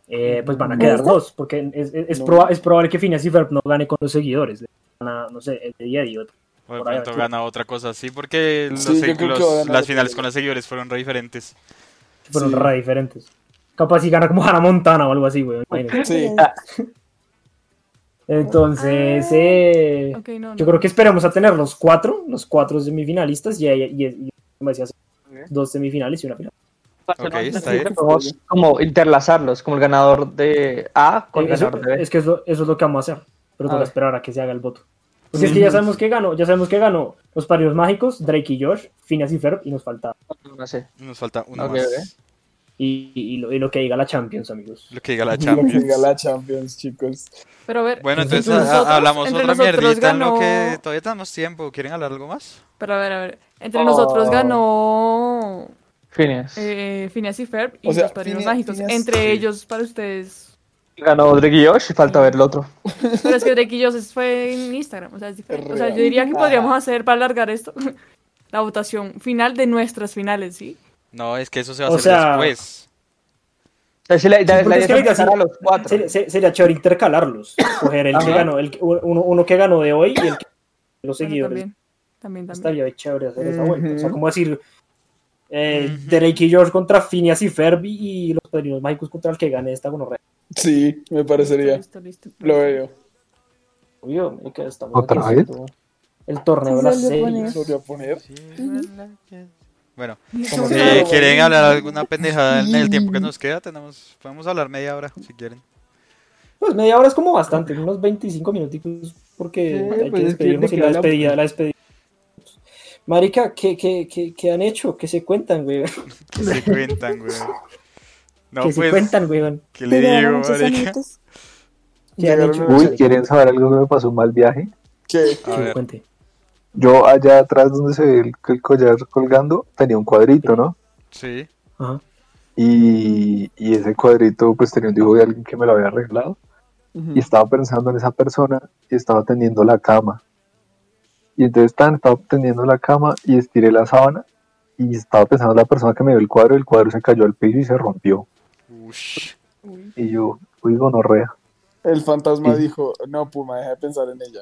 Speaker 2: eh, pues van a quedar
Speaker 8: ¿Esta?
Speaker 2: dos, porque es, es, es
Speaker 4: No.
Speaker 2: proba- es probable que Phineas y Ferb no gane con los seguidores, van a, no sé, el de día y otro.
Speaker 3: O de
Speaker 2: Por ahí,
Speaker 3: pronto
Speaker 2: sí.
Speaker 3: gana otra cosa así, porque los
Speaker 4: Sí, yo
Speaker 3: seg-
Speaker 4: creo que
Speaker 3: los-
Speaker 4: va a ganar
Speaker 3: las
Speaker 4: otra
Speaker 3: finales
Speaker 4: cosa.
Speaker 3: con los seguidores fueron re diferentes.
Speaker 2: que fueron
Speaker 4: Sí.
Speaker 2: re diferentes. Capaz si gana como Hannah Montana o algo así, güey.
Speaker 9: Ah,
Speaker 2: imagínate.
Speaker 4: Sí,
Speaker 2: Entonces, eh,
Speaker 9: Ok, no,
Speaker 2: yo
Speaker 9: no.
Speaker 2: creo que esperamos a tener los cuatro, los cuatro semifinalistas y, y, y, y- como decías, dos semifinales y una final.
Speaker 3: Ok, está
Speaker 10: Sí,
Speaker 3: bien.
Speaker 10: podemos como interlazarlos, como el ganador de A con el
Speaker 2: Eh, Eso-
Speaker 10: ganador de B.
Speaker 2: es que es lo, eso es lo que vamos a hacer, pero
Speaker 10: A
Speaker 2: toca
Speaker 10: ver.
Speaker 2: esperar a que se haga el voto. Porque es que ya sabemos que ganó, ya sabemos que ganó los parios mágicos, Drake y Josh, Phineas y Ferb, y nos falta.
Speaker 10: No sé.
Speaker 3: Nos falta uno
Speaker 10: Ok,
Speaker 3: más.
Speaker 10: ok.
Speaker 2: Y, y- y lo, y lo que diga la Champions, amigos.
Speaker 3: Lo que diga la
Speaker 4: lo que
Speaker 3: Champions.
Speaker 4: diga la Champions, chicos.
Speaker 9: Pero a ver,
Speaker 3: Bueno,
Speaker 2: Entre
Speaker 3: entonces
Speaker 9: nosotros-
Speaker 3: ah, hablamos
Speaker 9: entre
Speaker 3: otra
Speaker 9: nosotros
Speaker 3: mierdita en lo
Speaker 9: ganó-
Speaker 3: que todavía tenemos tiempo. ¿Quieren hablar algo más?
Speaker 9: pero a ver, a ver. Entre
Speaker 4: Oh.
Speaker 9: nosotros ganó
Speaker 10: Phineas.
Speaker 9: eh, Phineas y Ferb y
Speaker 4: O sea,
Speaker 9: los padrinos
Speaker 4: Phineas-
Speaker 9: mágicos.
Speaker 4: Phineas-
Speaker 9: Entre
Speaker 3: Sí.
Speaker 9: ellos, para ustedes.
Speaker 10: Ganó Drake y Josh, y falta ver el otro.
Speaker 9: Pero es que Drake y Josh fue en Instagram, o sea, es diferente. O sea, yo
Speaker 4: real. Ah.
Speaker 9: diría que podríamos hacer para alargar esto la votación final de nuestras finales, ¿sí?
Speaker 3: No, es que eso se va a
Speaker 2: O
Speaker 3: hacer
Speaker 2: sea-
Speaker 3: después.
Speaker 10: O sea, sí, la, la,
Speaker 2: porque
Speaker 10: la
Speaker 2: es que
Speaker 10: idea es
Speaker 2: ahorita sí-
Speaker 10: empezar a los cuatro.
Speaker 2: Sería, se- sería chévere intercalarlos, coger el que
Speaker 10: Ajá.
Speaker 2: ganó, el, que- uno, uno que ganó de hoy y el que los
Speaker 9: Bueno,
Speaker 2: seguidores.
Speaker 9: también, también, también.
Speaker 2: Estaría chévere hacer esa vuelta. O sea,
Speaker 6: Ujú.
Speaker 2: como decir, eh, Drake y Josh contra Phineas y Ferb y los padrinos mágicos contra el que gane esta gonorrea.
Speaker 4: Sí, me parecería.
Speaker 9: Listo, listo, listo.
Speaker 4: Lo veo.
Speaker 2: Obvio, marica, estamos
Speaker 5: ¿Otra
Speaker 2: aquí haciendo El torneo de las
Speaker 8: Sí, se le
Speaker 2: series.
Speaker 4: Lo voy a poner.
Speaker 3: Bueno,
Speaker 2: Como
Speaker 3: eh,
Speaker 2: que-
Speaker 3: ¿quieren hablar alguna pendejada en el tiempo que nos queda? Tenemos, podemos hablar media hora si quieren.
Speaker 2: Pues media hora es como bastante, unos 25 minuticos, porque
Speaker 6: Sí,
Speaker 2: hay
Speaker 6: pues
Speaker 2: que
Speaker 6: es que de
Speaker 2: despedirnos y
Speaker 6: que
Speaker 2: la
Speaker 6: hablamos.
Speaker 2: despedida, la despedida. Marica, ¿qué, qué, qué, qué han hecho? ¿Qué se cuentan, güey?
Speaker 3: ¿Qué se cuentan, güey? No,
Speaker 2: ¿Qué se
Speaker 3: pues,
Speaker 2: cuentan, güey?
Speaker 3: ¿qué le digo,
Speaker 8: muchos
Speaker 3: marica?
Speaker 8: añitos.
Speaker 2: ¿Qué han
Speaker 4: Llegaron
Speaker 2: hecho?
Speaker 4: a-
Speaker 5: Uy, ¿quieren saber algo que me pasó un mal viaje?
Speaker 4: ¿Qué?
Speaker 3: A
Speaker 2: Que
Speaker 3: ver,
Speaker 2: cuente.
Speaker 5: Yo allá atrás donde se ve el, el collar colgando tenía un cuadrito, ¿no?
Speaker 3: sí.
Speaker 2: Ajá.
Speaker 5: Y, y ese cuadrito pues tenía un dibujo de alguien que me lo había arreglado y estaba pensando en esa persona y estaba tendiendo la cama. Y entonces tan, estaba tendiendo la cama y estiré la sábana y estaba pensando en la persona que me dio el cuadro, el cuadro se cayó al piso y se rompió.
Speaker 3: Ush.
Speaker 5: Y yo, uy, gonorrea.
Speaker 4: El fantasma
Speaker 5: Sí.
Speaker 4: dijo, no, Puma, deja de pensar en ella.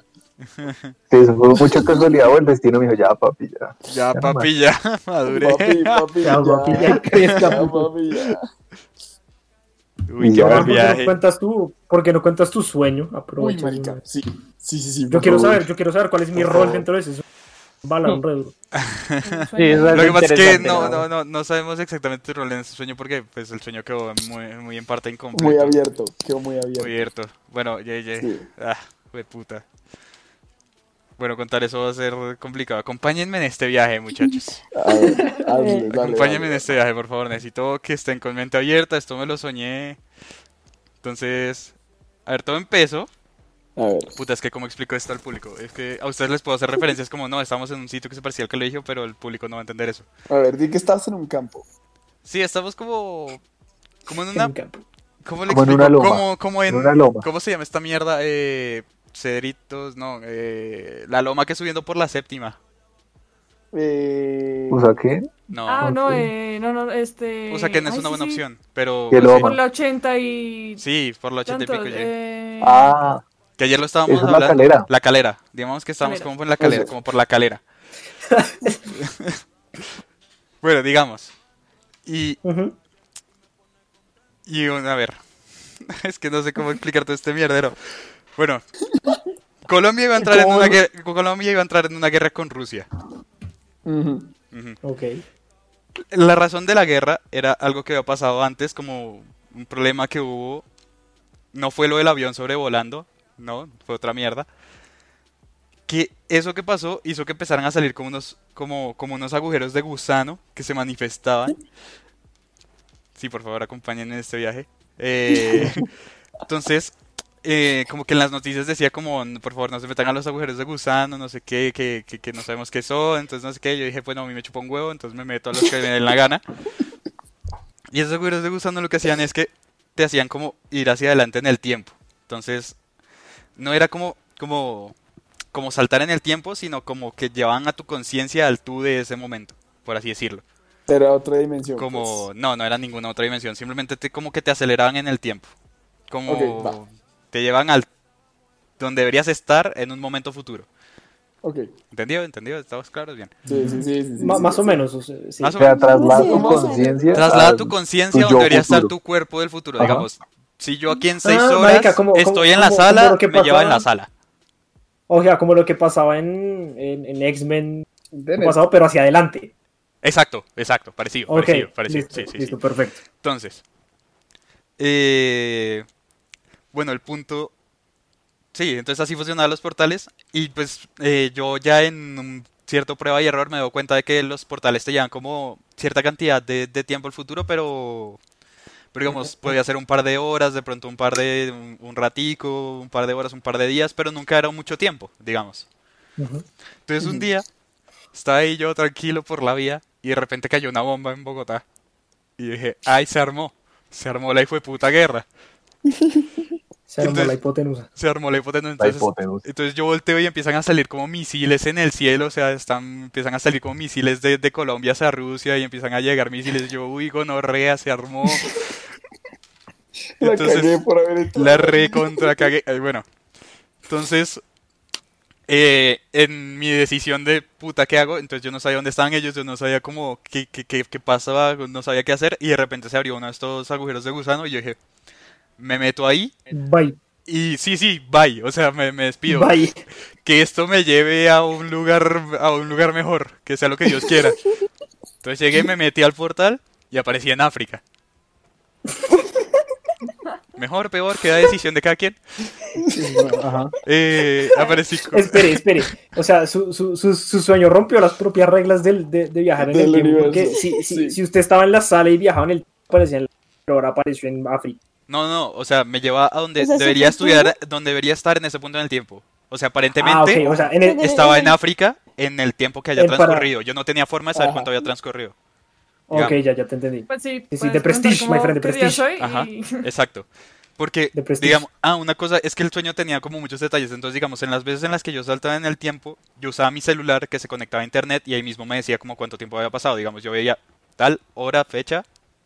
Speaker 5: Sí, eso fue mucha casualidad o el destino me dijo, ya papi, ya.
Speaker 3: Ya,
Speaker 5: Ya,
Speaker 3: papi, ya madure.
Speaker 4: Papi, papi,
Speaker 2: Ya, papi, ya crezca,
Speaker 4: Ya,
Speaker 2: puto.
Speaker 4: papi, ya.
Speaker 3: Uy,
Speaker 5: Y
Speaker 3: qué
Speaker 5: ya.
Speaker 3: mal
Speaker 2: ¿Por qué no
Speaker 3: viaje.
Speaker 2: cuentas tú? ¿Por qué no cuentas tu sueño?
Speaker 4: Uy,
Speaker 2: Aprovecha.
Speaker 4: marica. Sí, sí, sí, sí.
Speaker 2: Yo
Speaker 4: por
Speaker 2: quiero
Speaker 4: favor.
Speaker 2: saber, yo quiero saber cuál es mi
Speaker 4: Por
Speaker 2: rol
Speaker 4: favor.
Speaker 2: dentro de eso. Bala, un re duro.
Speaker 10: Sí, es
Speaker 3: Lo que pasa es que
Speaker 10: interesante,
Speaker 3: no, no, no, no sabemos exactamente tu rol en ese sueño porque pues, el sueño quedó muy, muy en parte incompleto.
Speaker 4: Muy abierto, quedó muy abierto.
Speaker 3: Muy abierto. Bueno, ye, ye.
Speaker 4: Sí.
Speaker 3: Ah, de puta. Bueno, contar eso va a ser complicado. Acompáñenme en este viaje, muchachos.
Speaker 4: A ver, hazle, dale,
Speaker 3: Acompáñenme en
Speaker 4: dale.
Speaker 3: este viaje, por favor. Necesito que estén con mente abierta. Esto me lo soñé. Entonces, a ver, todo empezó.
Speaker 4: A ver.
Speaker 3: Puta, es que como explico esto al público. Es que a ustedes les puedo hacer referencias como, no, estamos en un sitio que se parecía al colegio, pero el público no va a entender eso.
Speaker 4: A ver, di que estás en un campo.
Speaker 3: Sí, estamos como... Como en
Speaker 2: En
Speaker 3: una
Speaker 2: mi campo.
Speaker 3: ¿Cómo le
Speaker 5: Como en
Speaker 3: explico?
Speaker 5: una loma.
Speaker 3: Como, como en,
Speaker 5: En una loma.
Speaker 3: ¿Cómo se llama esta mierda? Eh, cedritos, no. eh, la loma que subiendo por la séptima.
Speaker 4: Eh,
Speaker 5: O sea, ¿qué?
Speaker 3: No.
Speaker 9: Ah, no,
Speaker 5: Ok.
Speaker 9: eh, no, no, este.
Speaker 3: o sea que no es
Speaker 9: ay,
Speaker 3: una
Speaker 9: sí,
Speaker 3: buena
Speaker 9: sí,
Speaker 3: opción, pero...
Speaker 5: Qué
Speaker 3: pues,
Speaker 5: loma.
Speaker 9: Por la 80 y.
Speaker 3: Sí, por la ochenta y
Speaker 9: tantos,
Speaker 3: pico ya.
Speaker 9: eh,
Speaker 5: Ah,
Speaker 3: Que ayer lo estábamos
Speaker 5: esa es la
Speaker 3: hablando.
Speaker 5: calera.
Speaker 3: La calera. Digamos que estábamos
Speaker 9: Calera.
Speaker 3: como en la calera, como por la calera. bueno, digamos. Y,
Speaker 2: Ujú.
Speaker 3: Y bueno, a ver, es que no sé cómo explicar todo este mierdero. Bueno, Colombia iba a entrar en una guerra, Colombia iba a entrar en una guerra con Rusia.
Speaker 4: ujú.
Speaker 3: Ujú.
Speaker 2: Ok.
Speaker 3: La razón de la guerra era algo que había pasado antes, como un problema que hubo. No fue lo del avión sobrevolando, no, fue otra mierda. Que eso que pasó hizo que empezaran a salir como unos, como, como unos agujeros de gusano que se manifestaban. Sí, por favor, acompáñenme en este viaje. Eh, entonces, eh, como que en las noticias decía como, "No, por favor, no se metan a los agujeros de gusano, no sé qué, que, que, que no sabemos qué son, entonces no sé qué. Yo dije, bueno, a mí me chupa un huevo, entonces me meto a los que me den la gana. Y esos agujeros de gusano lo que hacían es que te hacían como ir hacia adelante en el tiempo. Entonces, no era como, como, como saltar en el tiempo, sino como que llevaban a tu conciencia al tú de ese momento, por así decirlo.
Speaker 4: Era otra dimensión. pues.
Speaker 3: Como, no, no era ninguna otra dimensión, simplemente te, como que te aceleraban en el tiempo. Como
Speaker 4: Ok, va.
Speaker 3: te llevan al donde deberías estar en un momento futuro.
Speaker 4: pues. Ok.
Speaker 3: ¿Entendido? ¿Entendido? ¿Estamos claros? Bien.
Speaker 4: Sí, sí, sí. sí, sí,
Speaker 2: Ma-
Speaker 4: sí,
Speaker 2: más o
Speaker 4: sí.
Speaker 2: menos. o sea, sí.
Speaker 3: Más o
Speaker 5: O sea,
Speaker 3: menos.
Speaker 5: traslada
Speaker 8: Sí,
Speaker 5: tu
Speaker 8: vamos a-
Speaker 5: conciencia.
Speaker 3: Traslada
Speaker 5: al-
Speaker 3: tu
Speaker 5: tu
Speaker 3: conciencia donde
Speaker 5: yo
Speaker 3: debería estar
Speaker 5: futuro.
Speaker 3: tu cuerpo del futuro.
Speaker 5: Ajá.
Speaker 3: Digamos, si yo aquí en seis
Speaker 2: Ah,
Speaker 3: horas
Speaker 2: marica, como- como-
Speaker 3: estoy en la
Speaker 2: como-
Speaker 3: sala,
Speaker 2: como lo que
Speaker 3: me lleva en la
Speaker 2: pasaba.
Speaker 3: sala.
Speaker 2: O sea, como lo que pasaba en, en, en X-Men
Speaker 6: Dennis.
Speaker 2: pasado, pero hacia adelante.
Speaker 3: Exacto, exacto, parecido,
Speaker 2: Ok,
Speaker 3: parecido, parecido.
Speaker 2: listo,
Speaker 3: sí, sí, sí.
Speaker 2: listo, perfecto.
Speaker 3: Entonces, eh, bueno, el punto. Sí, entonces así funcionaban los portales. Y pues eh, yo ya en un cierto prueba y error me doy cuenta de que los portales te llevan como cierta cantidad de, de tiempo al futuro, pero. Pero digamos, podía ser un par de horas, de pronto un par de. Un, un ratico, un par de horas, un par de días, pero nunca era mucho tiempo, digamos.
Speaker 2: Ujú.
Speaker 3: Entonces un día estaba ahí yo tranquilo por la vía y de repente cayó una bomba en Bogotá. Y dije, ay, se armó. Se armó la hijo puta guerra.
Speaker 2: Se armó
Speaker 3: Entonces-
Speaker 2: la hipotenusa.
Speaker 3: Se armó la hipotenusa.
Speaker 5: La
Speaker 3: Entonces,
Speaker 5: hipotenusa.
Speaker 3: entonces yo volteo y empiezan a salir como misiles en el cielo. O sea, están, empiezan a salir como misiles de, de Colombia hacia Rusia y empiezan a llegar misiles. Yo, uy, gonorrea, se armó.
Speaker 4: La
Speaker 3: Entonces-
Speaker 4: cagué por haber entrado.
Speaker 3: La recontra cagué. Ay, Bueno, entonces, eh, en mi decisión de puta, ¿qué hago? Entonces yo no sabía dónde estaban ellos, yo no sabía cómo, qué, qué, qué, qué pasaba, no sabía
Speaker 4: eh,
Speaker 3: qué hacer. Y de repente se abrió uno de estos agujeros de gusano y yo dije, me meto ahí
Speaker 2: Bye.
Speaker 3: Y sí, sí, bye. O sea, me, me despido.
Speaker 2: Bye.
Speaker 3: Que esto me lleve a un lugar, a un lugar mejor. Que sea lo que Dios quiera. Entonces llegué, me metí al portal y aparecí en África. Mejor, peor, queda decisión de cada quien.
Speaker 5: Ajá.
Speaker 3: Eh, aparecí con-
Speaker 2: Espere, espere. O sea, su, su- su- su sueño rompió las propias reglas del, de, de viajar en
Speaker 4: Del
Speaker 2: el tiempo. Porque
Speaker 4: universo,
Speaker 2: si, si-
Speaker 4: sí.
Speaker 2: si usted estaba en la sala y viajaba en el tiempo, aparecía en la... pero ahora apareció en África.
Speaker 3: No, no, o sea, me lleva a donde
Speaker 8: O sea,
Speaker 3: debería
Speaker 8: ¿se confunde?
Speaker 3: estudiar, donde debería estar en ese punto en el tiempo. O sea, aparentemente
Speaker 2: Ah, ok. O sea, en el...
Speaker 8: Entonces,
Speaker 3: estaba en África en el tiempo que haya
Speaker 2: El para-
Speaker 3: transcurrido. Yo no tenía forma de saber
Speaker 4: Ajá.
Speaker 3: cuánto había transcurrido.
Speaker 2: Ok, ya, ya te entendí.
Speaker 9: Pues sí,
Speaker 2: sí,
Speaker 9: puedes
Speaker 2: de Prestige,
Speaker 9: preguntar
Speaker 2: my friend, de
Speaker 9: cómo- qué día
Speaker 2: Prestige.
Speaker 9: soy
Speaker 3: Ajá,
Speaker 9: y-
Speaker 3: exacto. Porque,
Speaker 2: De Prestige.
Speaker 3: digamos, ah, una cosa es que el sueño tenía como muchos detalles. Entonces, digamos, en las veces en las que yo saltaba en el tiempo, yo usaba mi celular que se conectaba a internet y ahí mismo me decía como cuánto tiempo había pasado. Digamos, yo veía tal hora, fecha,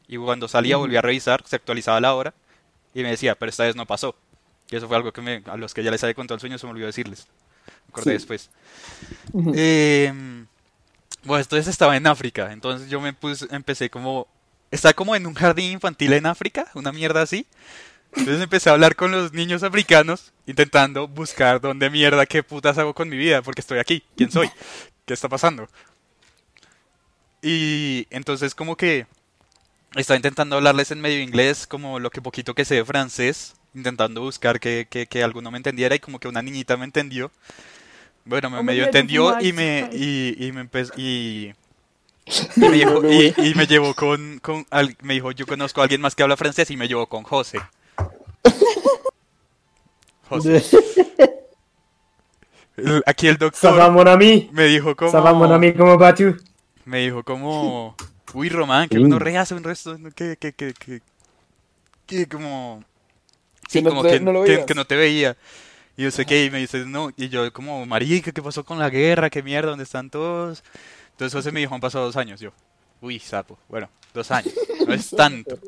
Speaker 3: y cuando salía volvía a revisar, se actualizaba la hora y me decía, pero esta vez no pasó. Y eso fue algo que me- a los que ya les había contado el sueño se me olvidó decirles. Me acordé
Speaker 4: Sí.
Speaker 3: después. Eh, bueno, entonces estaba en África. Entonces yo me puse, empecé como. Está como en un jardín infantil en África, una mierda así. Entonces empecé a hablar con los niños africanos, intentando buscar dónde mierda, qué putas hago con mi vida, porque estoy aquí. ¿Quién soy? ¿Qué está pasando? Y entonces como que estaba intentando hablarles en medio inglés, como lo que poquito que sé de francés, intentando buscar que, que, que alguno me entendiera y como que una niñita me entendió. Bueno, me
Speaker 9: Oh my
Speaker 3: medio
Speaker 9: God,
Speaker 3: entendió y
Speaker 9: nice,
Speaker 3: me,
Speaker 9: nice.
Speaker 3: y, y me empezó, y, y me llevó, y, y me llevó con, con al- me dijo, yo conozco a alguien más que habla francés y me llevó con José. José. El- Aquí el
Speaker 2: Ça va,
Speaker 3: doctor
Speaker 2: mon ami.
Speaker 3: me dijo como...
Speaker 2: Ça va, mon ami, ¿cómo va tú?
Speaker 3: Me dijo como, uy, Román, que uno rehace un resto, ¿no? que, que, que, que, que como, sí,
Speaker 4: Que no
Speaker 3: como
Speaker 4: te-
Speaker 3: que,
Speaker 4: no lo
Speaker 3: que-
Speaker 4: veías.
Speaker 3: que no te veía. Y yo sé que, y me dice, no, y yo como, marica, ¿qué pasó con la guerra? ¿Qué mierda? ¿Dónde están todos? Entonces José me dijo, han pasado dos años, yo, uy, sapo, bueno, dos años, no es tanto,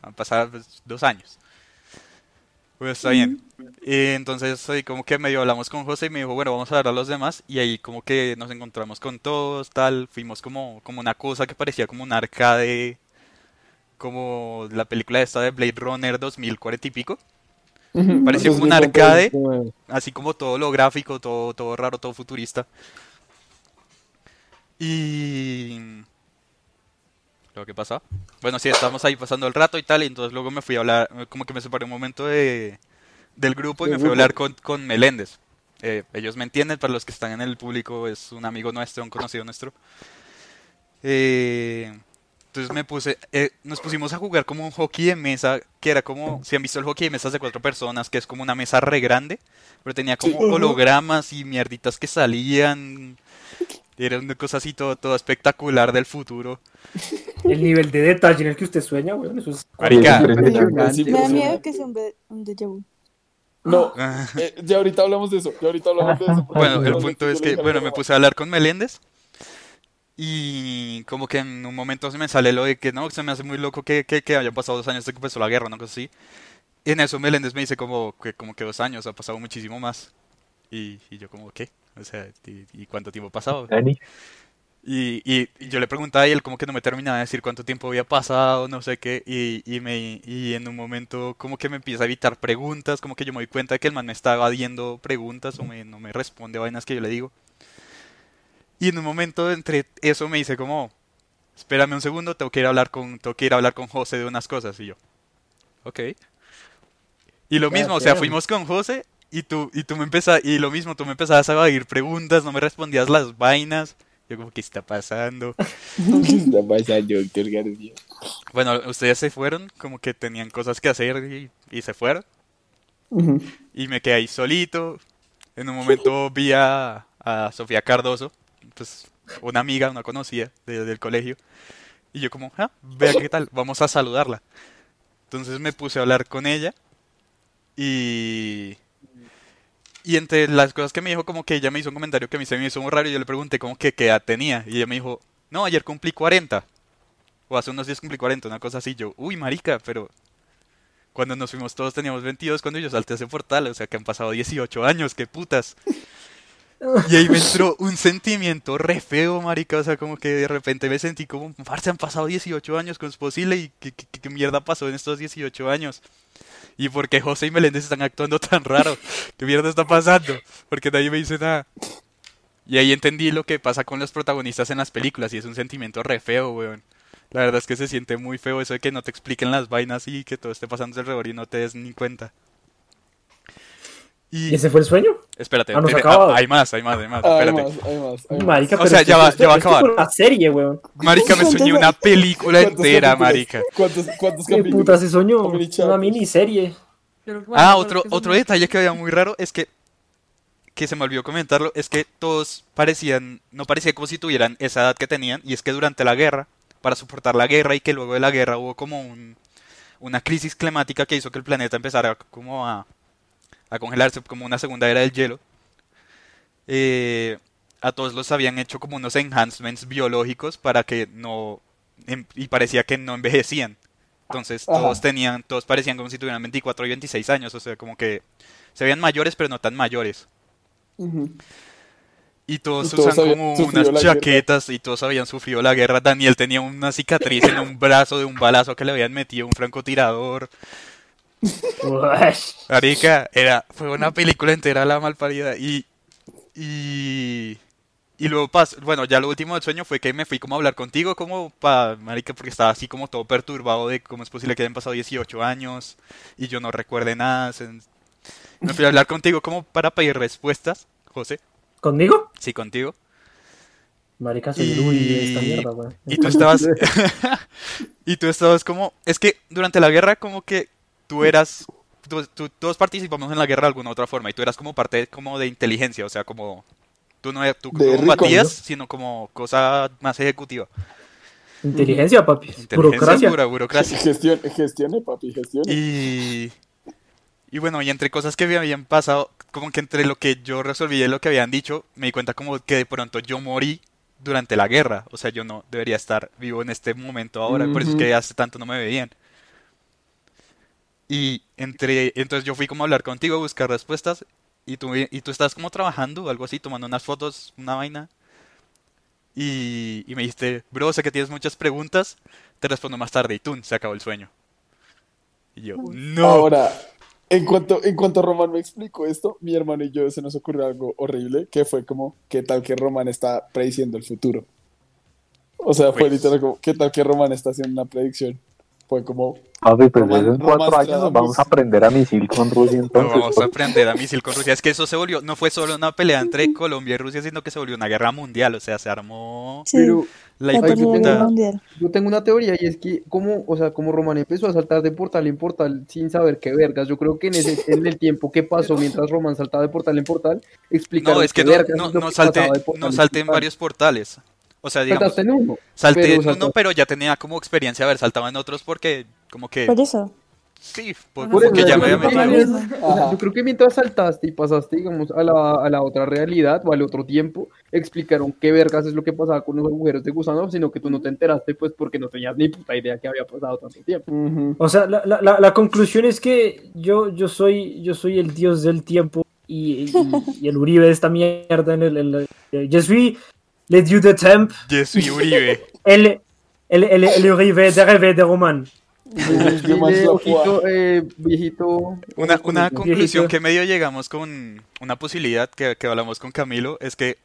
Speaker 3: han pasado pues, dos años. Bueno, está bien. Eh, entonces ahí como que medio hablamos con José y me dijo, bueno, vamos a hablar a los demás. Y ahí como que nos encontramos con todos, tal. Fuimos como, como una cosa que parecía como un arcade, como la película esta de Blade Runner 2040 y pico. Parecía como un arcade, así como todo lo gráfico, todo, todo raro, todo futurista. Y... ¿Lo que pasa? Bueno, sí, estábamos ahí pasando el rato y tal, y entonces luego me fui a hablar, como que me separé un momento de, del grupo y me fui a hablar con, con Meléndez. Eh, ellos me entienden, para los que están en el público es un amigo nuestro, un conocido nuestro. Eh, entonces me puse, eh, nos pusimos a jugar como un hockey de mesa, que era como, si han visto el hockey de mesas de cuatro personas, que es como una mesa re grande, pero tenía como hologramas y mierditas que salían. Era una cosa así todo, todo espectacular del futuro.
Speaker 2: El nivel de detalle en el que usted sueña, weón, eso es...
Speaker 3: Marica.
Speaker 8: pues, Me da
Speaker 4: Sí,
Speaker 8: miedo
Speaker 4: sí.
Speaker 8: que sea un, ve- un déjà vu.
Speaker 4: No, eh, ya ahorita hablamos de eso. Ya ahorita hablamos de eso. porque
Speaker 3: Ah, Bueno, el
Speaker 4: realmente
Speaker 3: punto
Speaker 4: yo
Speaker 3: es
Speaker 4: le
Speaker 3: que,
Speaker 4: dije a
Speaker 3: bueno,
Speaker 4: mi
Speaker 3: me
Speaker 4: mamá,
Speaker 3: puse a hablar con Meléndez y como que en un momento se me sale lo de que no, se me hace muy loco que, que, que hayan pasado dos años desde que empezó la guerra, una cosa así. Y en eso Meléndez me dice como que, como que dos años, ha pasado muchísimo más. Y, y yo como, ¿qué? O sea, ¿y, y cuánto tiempo ha pasado?
Speaker 5: Dani,
Speaker 3: Y, y- y yo le preguntaba y él como que no me terminaba de decir cuánto tiempo había pasado, no sé qué, y, y, me, y en un momento como que me empieza a evitar preguntas, como que yo me doy cuenta de que el man me está evadiendo preguntas o me- no me responde vainas que yo le digo. Y en un momento entre eso me dice como, espérame un segundo, tengo que ir a hablar con, tengo que ir a hablar con José de unas cosas, y yo, ok. Y lo mismo, o sea, fuimos con José y tú, y tú me empezas, y lo mismo, tú me empezabas a evadir preguntas, no me respondías las vainas. Yo como, ¿qué está pasando?
Speaker 4: ¿Qué está pasando, doctor García?
Speaker 3: Bueno, ustedes se fueron, como que tenían cosas que hacer y, y se fueron. Y me quedé ahí solito. En un momento vi a, a Sofía Cardoso, pues una amiga, una conocida de- del colegio. Y yo como, ah, vea qué tal, vamos a saludarla. Entonces me puse a hablar con ella y... Y entre las cosas que me dijo, como que ella me hizo un comentario que a mí se me hizo muy raro y yo le pregunté como que qué edad tenía. Y ella me dijo, no, ayer cumplí 40. O hace unos días cumplí 40, una cosa así. Yo, uy, marica, pero cuando nos fuimos todos teníamos 22 cuando yo salté a ese portal. O sea, que han pasado 18 años, qué putas. Y ahí me entró un sentimiento re feo, marica. O sea, como que de repente me sentí como, parce, han pasado 18 años, ¿cómo es posible? ¿Y qué, qué- qué mierda pasó en estos 18 años? ¿Y por qué José y Meléndez están actuando tan raro? ¿Qué mierda está pasando? Porque nadie me dice nada. Y ahí entendí lo que pasa con los protagonistas en las películas y es un sentimiento re feo, weón. La verdad es que se siente muy feo eso de que no te expliquen las vainas y que todo esté pasando alrededor y no te des ni cuenta.
Speaker 2: ¿Y
Speaker 3: Y
Speaker 2: ese fue el sueño?
Speaker 3: espérate,
Speaker 2: Ah, no, se
Speaker 3: espera-
Speaker 2: acaba.
Speaker 3: ah, hay más, hay más, hay más,
Speaker 4: Ah, hay
Speaker 3: espérate.
Speaker 4: más, hay más, hay más.
Speaker 2: Marica,
Speaker 3: O
Speaker 2: pero
Speaker 3: sea,
Speaker 2: esto-
Speaker 3: ya va-
Speaker 2: esto-
Speaker 3: ya va a
Speaker 2: esto es
Speaker 3: acabar.
Speaker 2: por Una serie, weón.
Speaker 3: Marica, me soñé una película
Speaker 4: ¿Cuántos
Speaker 3: entera,
Speaker 4: capítulos?
Speaker 3: marica.
Speaker 4: ¿Cuántos, cuántos
Speaker 2: ¿Qué
Speaker 4: capítulos?
Speaker 2: puta se soñó?
Speaker 4: Hombre, chavos.
Speaker 2: Una miniserie.
Speaker 9: Yo creo que- bueno,
Speaker 3: Ah,
Speaker 9: creo
Speaker 3: otro,
Speaker 9: que son-
Speaker 3: otro detalle que había muy raro es que, que se me olvidó comentarlo, es que todos parecían, no parecía como si tuvieran esa edad que tenían, y es que durante la guerra, para soportar la guerra y que luego de la guerra hubo como un- una crisis climática que hizo que el planeta empezara como a, a congelarse, como una segunda era del hielo, eh, a todos los habían hecho como unos enhancements biológicos para que no, em- y parecía que no envejecían. Entonces
Speaker 4: Ajá.
Speaker 3: todos tenían, todos parecían como si tuvieran 24 y 26 años, o sea, como que se veían mayores pero no tan mayores.
Speaker 4: Ujú.
Speaker 3: Y todos
Speaker 4: Y todos
Speaker 3: usan
Speaker 4: habían
Speaker 3: como
Speaker 4: sufrido la
Speaker 3: unas
Speaker 4: guerra.
Speaker 3: chaquetas y todos habían sufrido la guerra. Daniel tenía una cicatriz en un brazo de un balazo que le habían metido un francotirador.
Speaker 2: Uash.
Speaker 3: Arica, era, fue una película entera la malparida. Y. Y. Y luego pasó. Bueno, ya lo último del sueño fue que me fui como a hablar contigo, como pa. Marica, porque estaba así como todo perturbado de cómo es posible que hayan pasado 18 años y yo no recuerde nada. se- Me fui a hablar contigo como para pedir respuestas, José.
Speaker 2: ¿Conmigo?
Speaker 3: Sí, contigo.
Speaker 2: Marica, soy
Speaker 3: Y,
Speaker 2: el Louis de esta mierda, weón.
Speaker 3: y tú estabas. y tú estabas como. Es que durante la guerra, como que tú eras. tú- tú- todos participamos en la guerra de alguna otra forma. Y tú eras como parte como de inteligencia. O sea, como. Tú no, e, tú
Speaker 4: De
Speaker 3: no
Speaker 4: rico,
Speaker 3: combatías,
Speaker 4: ¿no?
Speaker 3: sino como cosa más ejecutiva.
Speaker 2: Inteligencia, papi.
Speaker 3: Inteligencia
Speaker 2: Burocracia.
Speaker 3: pura, burocracia.
Speaker 4: Gestione, gestione, papi, gestione.
Speaker 3: Y, y bueno, y entre cosas que me habían pasado, como que entre lo que yo resolví y lo que habían dicho, me di cuenta como que de pronto yo morí durante la guerra. O sea, yo no debería estar vivo en este momento ahora, por eso es que hace tanto no me veían. Y entre, entonces yo fui como a hablar contigo, a buscar respuestas, y tú, y tú estás como trabajando, algo así, tomando unas fotos, una vaina. Y, y me dijiste, bro, sé que tienes muchas preguntas, te respondo más tarde, y tú, se acabó el sueño. Y yo, no.
Speaker 4: Ahora, en cuanto, en cuanto Román me explicó esto, mi hermano y yo se nos ocurrió algo horrible, que fue como, ¿qué tal que Román está prediciendo el futuro? O sea, fue
Speaker 3: Pues-
Speaker 4: literal como, ¿qué tal que Román está haciendo una predicción? Fue como,
Speaker 5: Papi, pues
Speaker 4: Román-
Speaker 5: esos cuatro
Speaker 4: Román
Speaker 5: años nos
Speaker 4: Stradamus.
Speaker 5: vamos a aprender a misil con Rusia
Speaker 3: No
Speaker 5: entonces.
Speaker 3: vamos a
Speaker 5: papi.
Speaker 3: aprender a misil con Rusia. Es que eso se volvió, no fue solo una pelea entre Colombia y Rusia, sino que se volvió una guerra mundial. O sea, se armó
Speaker 8: Sí,
Speaker 6: Pero
Speaker 3: la
Speaker 8: la
Speaker 6: hijo de puta.
Speaker 8: Tercera Guerra
Speaker 3: hipoputa.
Speaker 8: Mundial.
Speaker 6: yo tengo una teoría y es que como, o sea, como Román empezó a saltar de portal en portal sin saber qué vergas, yo creo que en, ese, en el tiempo que pasó mientras Román saltaba de portal en portal, explicaron
Speaker 3: No, es que
Speaker 6: qué
Speaker 3: no,
Speaker 6: vergas
Speaker 3: no,
Speaker 6: es lo
Speaker 3: no
Speaker 6: que
Speaker 3: salté,
Speaker 6: pasaba de portal
Speaker 3: no
Speaker 6: en
Speaker 3: salté en
Speaker 6: portal.
Speaker 3: varios portales. O sea, digamos,
Speaker 6: Saltaste en uno.
Speaker 3: salté
Speaker 6: pero
Speaker 3: en uno,
Speaker 6: saltaste-
Speaker 3: pero ya tenía como experiencia de haber saltado en otros porque, como que,
Speaker 8: Por eso.
Speaker 3: sí, por- como
Speaker 9: Por eso,
Speaker 3: que pues, ya
Speaker 6: yo
Speaker 3: me había
Speaker 6: creo que
Speaker 3: metido.
Speaker 6: mientras- o sea,
Speaker 4: Ajá.
Speaker 6: yo creo que mientras saltaste y pasaste, digamos, a la, a la otra realidad o al otro tiempo, explicaron qué vergas es lo que pasaba con los agujeros de gusano, sino que tú no te enteraste, pues porque no tenías ni puta idea que había pasado tanto tiempo.
Speaker 4: ujú,
Speaker 2: O sea, la, la- la- la conclusión es que yo, yo, soy, yo soy el dios del tiempo y, y- y el Uribe de esta mierda. En el, en la- eh, yo soy le dieu de temp,
Speaker 3: Jesse Uribe.
Speaker 2: el, el, el, el Uribe de Reve de Román.
Speaker 4: yo más la
Speaker 6: Dile,
Speaker 4: puedo-
Speaker 6: ojito, eh, viejito.
Speaker 3: Una, una
Speaker 6: Viejito.
Speaker 3: conclusión que medio llegamos con una posibilidad que, que hablamos con Camilo es que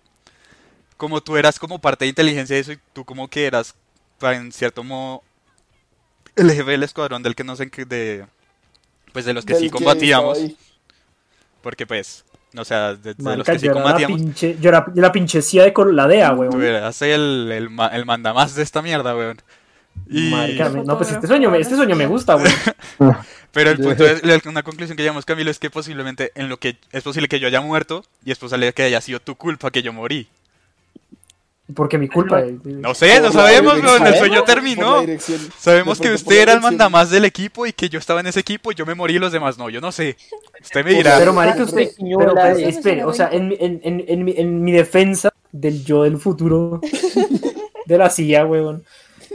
Speaker 3: como tú eras como parte de inteligencia de eso y tú como que eras pa- en cierto modo el jefe del escuadrón del que no sé de pues de los que
Speaker 4: del
Speaker 3: sí combatíamos
Speaker 4: estaba ahí.
Speaker 3: porque pues o sea de, de los
Speaker 2: Marica,
Speaker 3: que sí
Speaker 2: yo era la
Speaker 3: combatíamos
Speaker 2: pinche, yo era la pinche CIA de Col- la DEA,
Speaker 3: tú
Speaker 2: weón.
Speaker 3: eras el, el, ma- el mandamás de esta mierda weón y
Speaker 2: Marica, me- no, pues este sueño, me- este sueño me gusta, weón.
Speaker 3: Pero el
Speaker 6: Ya.
Speaker 3: punto es, la- una conclusión que llegamos, Camilo, es que posiblemente en lo que es posible que yo haya muerto y es posible que haya sido tu culpa que yo morí.
Speaker 2: Porque mi culpa. eh, eh,
Speaker 3: No sé, no
Speaker 4: Por la
Speaker 3: sabemos,
Speaker 4: dirección.
Speaker 3: bro, el sueño
Speaker 4: Por la
Speaker 3: terminó.
Speaker 4: dirección.
Speaker 3: Sabemos
Speaker 4: De
Speaker 3: que
Speaker 4: pronto por
Speaker 3: usted
Speaker 4: la
Speaker 3: era el
Speaker 4: dirección.
Speaker 3: mandamás del equipo y que yo estaba en ese equipo y yo me morí y los demás no, yo no sé. Usted me dirá.
Speaker 2: Pero marica, usted,
Speaker 10: Señora,
Speaker 2: pero, pero,
Speaker 10: eh.
Speaker 2: espere, o sea, en, mi- en, en, en, mi- en mi defensa del yo del futuro de la CIA, weón,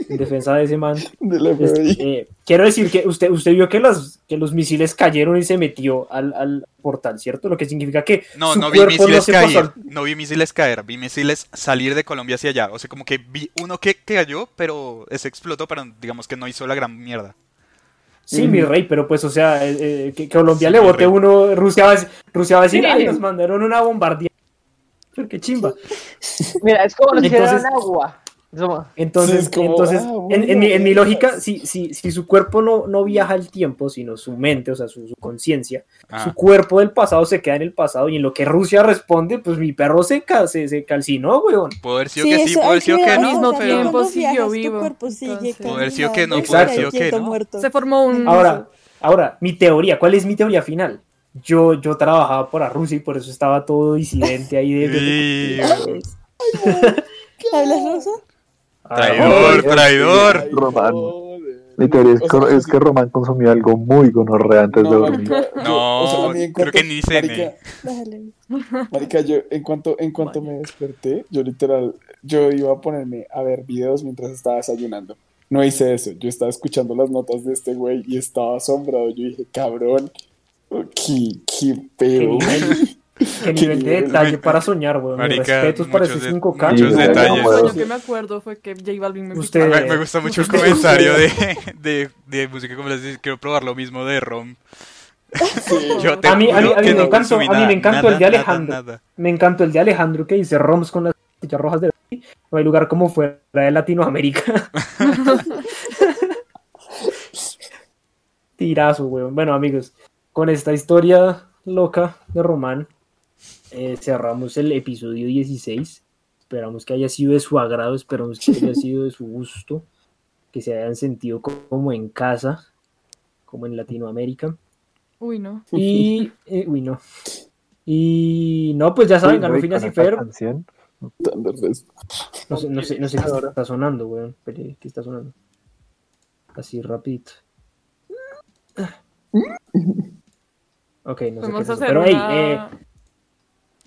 Speaker 2: en defensa de ese man,
Speaker 4: De la FBI.
Speaker 2: este, eh, quiero decir que usted, usted vio que, las, que los misiles cayeron y se metió al, al portal, ¿cierto? Lo que significa que
Speaker 3: No,
Speaker 2: su
Speaker 3: no vi
Speaker 2: cuerpo no
Speaker 3: misiles
Speaker 2: se pasó
Speaker 3: caer,
Speaker 2: al-
Speaker 3: no vi misiles caer, vi misiles salir de Colombia hacia allá. O sea, como que vi uno que que cayó, pero ese explotó, pero digamos que no hizo la gran mierda.
Speaker 2: Sí,
Speaker 4: Ujú.
Speaker 2: mi rey, pero pues, o sea, eh, eh, que que Colombia
Speaker 3: Sí,
Speaker 2: le
Speaker 3: mi
Speaker 2: vote
Speaker 3: rey.
Speaker 2: uno, Rusia va a, Rusia va a decir,
Speaker 10: Sí.
Speaker 2: ay, nos mandaron una bombardía. Pero qué chimba.
Speaker 10: Mira, es como los que
Speaker 2: Entonces-
Speaker 10: dan agua. Es como-
Speaker 2: Entonces,
Speaker 4: Sí, es como,
Speaker 2: entonces
Speaker 4: ah,
Speaker 2: en, en mi, en mi
Speaker 4: bueno.
Speaker 2: lógica, si, si, si su cuerpo no, no viaja al tiempo, sino su mente, o sea, su, su conciencia,
Speaker 3: Ah,
Speaker 2: su cuerpo del pasado se queda en el pasado y en lo que Rusia responde, pues mi perro se, ca- se, se calcinó, weón.
Speaker 3: puedo haber sido que sí, puedo haber sido que
Speaker 9: al
Speaker 3: no,
Speaker 9: mismo
Speaker 3: pero...
Speaker 9: tiempo siguió vivo,
Speaker 8: Tu cuerpo sigue
Speaker 9: entonces.
Speaker 3: Puede haber sido que no,
Speaker 8: caminando,
Speaker 2: puede haber
Speaker 8: está
Speaker 2: sido
Speaker 3: que
Speaker 8: quieto,
Speaker 3: no.
Speaker 8: muerto.
Speaker 9: Se formó un.
Speaker 2: Ahora, ahora, mi teoría, ¿cuál es mi teoría final? Yo, yo trabajaba para Rusia y por eso estaba todo disidente ahí de... de-
Speaker 3: Sí,
Speaker 8: Ay, ¿Hablas ruso?
Speaker 2: Ah,
Speaker 3: Traidor, traidor.
Speaker 5: Román.
Speaker 4: Joder.
Speaker 5: Mi teoría es,
Speaker 4: O
Speaker 5: que-
Speaker 4: sea,
Speaker 5: es que Román consumió algo muy gonorrea antes de
Speaker 4: no,
Speaker 5: dormir.
Speaker 4: marica, yo-
Speaker 3: No,
Speaker 4: o sea, a mí en
Speaker 3: creo que
Speaker 4: cuanto-
Speaker 3: ni cené.
Speaker 4: marica,
Speaker 8: Bájale.
Speaker 4: Marica, yo en cuanto, en cuanto me desperté, yo literal, yo iba a ponerme a ver videos mientras estaba desayunando. No hice eso, yo estaba escuchando las notas de este güey y estaba asombrado. Yo dije, cabrón, qué, qué peo.
Speaker 2: Qué nivel. Qué nivel de detalle para soñar, weón. Mis
Speaker 3: Marica,
Speaker 2: Respetos para ese
Speaker 3: muchos de-
Speaker 2: 5K.
Speaker 3: muchos
Speaker 2: weón.
Speaker 3: detalles.
Speaker 9: Lo
Speaker 5: Bueno.
Speaker 9: que me acuerdo fue que J Balvin me
Speaker 2: Usted-
Speaker 9: pichaba.
Speaker 3: Me, me gusta mucho el comentario de, de, de música como las dice, quiero probar lo mismo de Rom. Yo te
Speaker 2: A mí- a mí-
Speaker 3: juro
Speaker 2: a mí
Speaker 3: que
Speaker 2: me
Speaker 3: no
Speaker 2: encantó-
Speaker 3: consumí
Speaker 2: a mí me
Speaker 3: nada,
Speaker 2: encantó el
Speaker 3: nada,
Speaker 2: de
Speaker 3: nada,
Speaker 2: Alejandro.
Speaker 3: nada.
Speaker 2: Me encantó el de Alejandro que dice Roms con las fichas rojas de No hay lugar como fuera de Latinoamérica. Tirazo, weón. Bueno, amigos, con esta historia loca de Román, eh, cerramos el episodio 16. Esperamos que haya sido de su agrado, esperamos que haya sido de su gusto, que se hayan sentido co- como en casa, como en Latinoamérica.
Speaker 9: Uy, no.
Speaker 2: Y, eh, uy, no. Y no, pues ya
Speaker 5: Uy,
Speaker 2: saben,
Speaker 5: no, y con
Speaker 2: Garufinas y
Speaker 5: esta
Speaker 2: Fer,
Speaker 5: canción,
Speaker 2: no sé, no sé, no sé qué está sonando, weón. Espere, ¿Qué está sonando? Así rapidito. Ok, no sé qué
Speaker 9: Podemos
Speaker 2: es eso.
Speaker 9: hacer
Speaker 2: Pero hey, eh,
Speaker 9: una-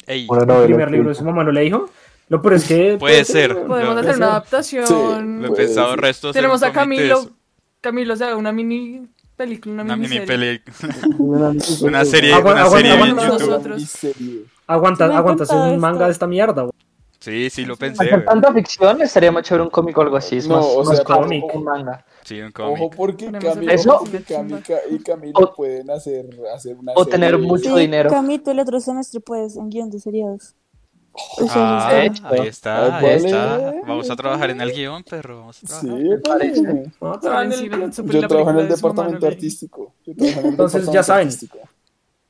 Speaker 3: Ey,
Speaker 5: Una
Speaker 2: el
Speaker 5: novela
Speaker 2: primer libro de
Speaker 5: escrita.
Speaker 2: su mamá no le dijo. No, pero es que.
Speaker 3: puede ser.
Speaker 9: Podemos
Speaker 3: lo-
Speaker 9: hacer una
Speaker 4: Sí,
Speaker 9: adaptación.
Speaker 3: Lo he pensado
Speaker 4: Pues,
Speaker 3: resto. hacer
Speaker 9: Tenemos
Speaker 3: un
Speaker 9: a
Speaker 3: comité de
Speaker 9: Camilo.
Speaker 3: eso.
Speaker 9: Camilo, o sea, una mini película, una,
Speaker 3: Una mini
Speaker 9: miniserie.
Speaker 3: película.
Speaker 4: Una
Speaker 3: serie-
Speaker 2: Agua-
Speaker 3: una
Speaker 2: agua-
Speaker 3: serie
Speaker 2: agua-
Speaker 3: en YouTube.
Speaker 9: nosotros.
Speaker 8: Me
Speaker 2: Aguanta,
Speaker 8: ha
Speaker 2: aguanta hacer
Speaker 8: encantado
Speaker 2: un manga
Speaker 8: esto.
Speaker 2: de esta mierda, weón.
Speaker 3: Sí, sí, lo pensé.
Speaker 10: Hacer
Speaker 3: güey.
Speaker 10: tanta ficción estaría más chévere un cómic o algo así. Es
Speaker 4: No,
Speaker 10: más,
Speaker 4: o
Speaker 10: más
Speaker 4: sea,
Speaker 10: fácil
Speaker 2: cómic.
Speaker 10: un manga.
Speaker 3: Sí, un
Speaker 4: Ojo
Speaker 3: cómic.
Speaker 4: porque
Speaker 9: Tenemos
Speaker 4: Cami,
Speaker 10: el-
Speaker 4: ojo, porque
Speaker 9: Eso.
Speaker 4: Cami ca- y Camilo
Speaker 10: O-
Speaker 4: pueden hacer, hacer una
Speaker 10: o tener
Speaker 4: serie.
Speaker 10: mucho-
Speaker 8: Sí,
Speaker 10: dinero.
Speaker 8: Cami, tú el otro semestre puedes en guión de seriados. Eso
Speaker 3: Ah,
Speaker 10: de
Speaker 3: ahí
Speaker 10: esto.
Speaker 3: está, ahí
Speaker 4: Vale.
Speaker 3: está. Vamos a trabajar en el guión, perro. Vamos a
Speaker 4: Sí,
Speaker 3: trabajar.
Speaker 4: parece.
Speaker 2: No,
Speaker 9: Saben,
Speaker 2: traen el-
Speaker 9: sí, la- super-
Speaker 4: Yo
Speaker 9: la
Speaker 4: trabajo en
Speaker 9: película
Speaker 4: el
Speaker 9: de su mamá,
Speaker 4: departamento
Speaker 9: ¿no?
Speaker 4: artístico. Yo trabajo en el
Speaker 2: Entonces, ya
Speaker 4: departamento
Speaker 2: saben.
Speaker 4: artístico.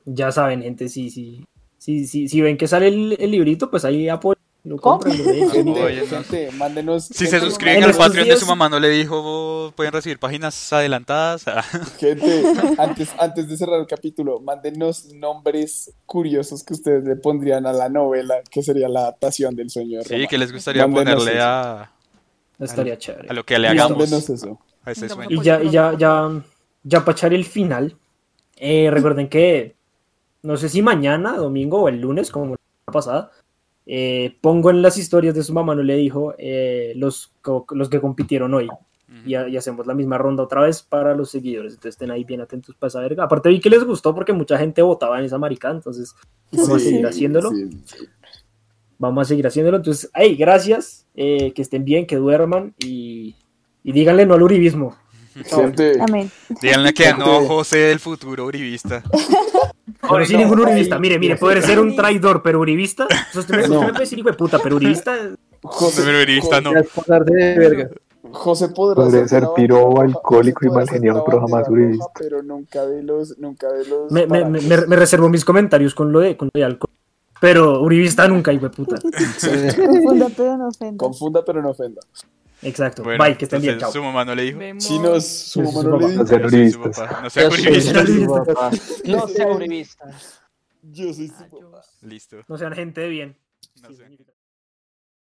Speaker 2: Ya saben, gente, sí, sí. Sí, sí, si ven que sale el, el librito, pues ahí apoyen, lo compran, lo ven.
Speaker 3: Gente,
Speaker 4: Gente,
Speaker 3: Oye, no.
Speaker 4: gente, mándenos.
Speaker 3: Si
Speaker 4: gente,
Speaker 3: se suscriben
Speaker 2: En
Speaker 3: al
Speaker 2: estos
Speaker 3: Patreon de
Speaker 2: días-
Speaker 3: su mamá, no le dijo, pueden recibir páginas adelantadas. Ah,
Speaker 4: Gente, antes, antes de cerrar el capítulo, mándenos nombres curiosos que ustedes le pondrían a la novela, que sería la adaptación del sueño de
Speaker 3: Sí,
Speaker 4: Roma.
Speaker 3: que les gustaría
Speaker 4: Mándenos
Speaker 3: ponerle
Speaker 4: eso.
Speaker 3: a,
Speaker 2: Estaría chévere.
Speaker 3: a lo que le
Speaker 4: Mándenos
Speaker 3: hagamos
Speaker 4: eso.
Speaker 3: a ese
Speaker 9: Vamos a
Speaker 3: sueño.
Speaker 2: Y ya, y ya, ya, ya para echar el final, eh, recuerden que no sé si mañana, domingo o el lunes, como la semana pasada, eh, pongo en las historias de su mamá, no le dijo, eh, los, co- los que compitieron hoy. Y,
Speaker 3: Ujú.
Speaker 2: ha- y hacemos la misma ronda otra vez para los seguidores. Entonces estén ahí bien atentos para saber. Aparte vi que les gustó porque mucha gente votaba en esa maricada, entonces vamos a
Speaker 8: Sí,
Speaker 2: seguir haciéndolo.
Speaker 4: Sí, sí.
Speaker 2: Vamos a seguir haciéndolo. Entonces, hey, gracias, eh, que estén bien, que duerman y, y díganle no al uribismo.
Speaker 4: Gente,
Speaker 8: Amén.
Speaker 3: Díganle que no, José del futuro uribista.
Speaker 2: Pero sí, ningún uribista. Mire, mire, puede ser un traidor, pero uribista. Eso usted, usted
Speaker 4: No.
Speaker 2: me puede decir, hijo de puta, pero uribista.
Speaker 4: José,
Speaker 3: Pero uribista no.
Speaker 6: Ya es pasarte de verga.
Speaker 4: Jo- José podrá
Speaker 5: Podría
Speaker 4: ser
Speaker 5: ser
Speaker 4: la
Speaker 5: piro,
Speaker 4: bandera roja,
Speaker 5: alcohólico
Speaker 4: José
Speaker 5: y mal
Speaker 4: podrá ser
Speaker 5: geniado,
Speaker 4: la
Speaker 5: pero jamás
Speaker 4: bandera roja,
Speaker 5: uribista.
Speaker 4: Pero nunca de los, nunca de los.
Speaker 2: Me, me, me,
Speaker 4: paracos.
Speaker 2: me- me reservo mis comentarios con lo de, con lo de alcohol. Pero uribista nunca, hijo de puta.
Speaker 8: Confunda, pero no ofenda.
Speaker 4: Confunda, pero no ofenda.
Speaker 2: Exacto.
Speaker 3: Bueno,
Speaker 2: Bye, que estén bien.
Speaker 3: entonces,
Speaker 2: Chao.
Speaker 3: su mamá no le dijo.
Speaker 9: Vemos-
Speaker 4: Chinos,
Speaker 2: Sí, sí,
Speaker 4: su mamá
Speaker 2: su
Speaker 4: no
Speaker 2: mamá.
Speaker 4: le
Speaker 5: No
Speaker 4: dijo.
Speaker 5: sean
Speaker 3: Yo soy su
Speaker 5: uribistas.
Speaker 3: papá, No sea
Speaker 10: Yo soy
Speaker 3: uribista.
Speaker 10: su papá. No sea uribista.
Speaker 4: Yo soy su papá.
Speaker 9: Adiós.
Speaker 3: Listo.
Speaker 2: No sean gente de bien.
Speaker 3: No sé.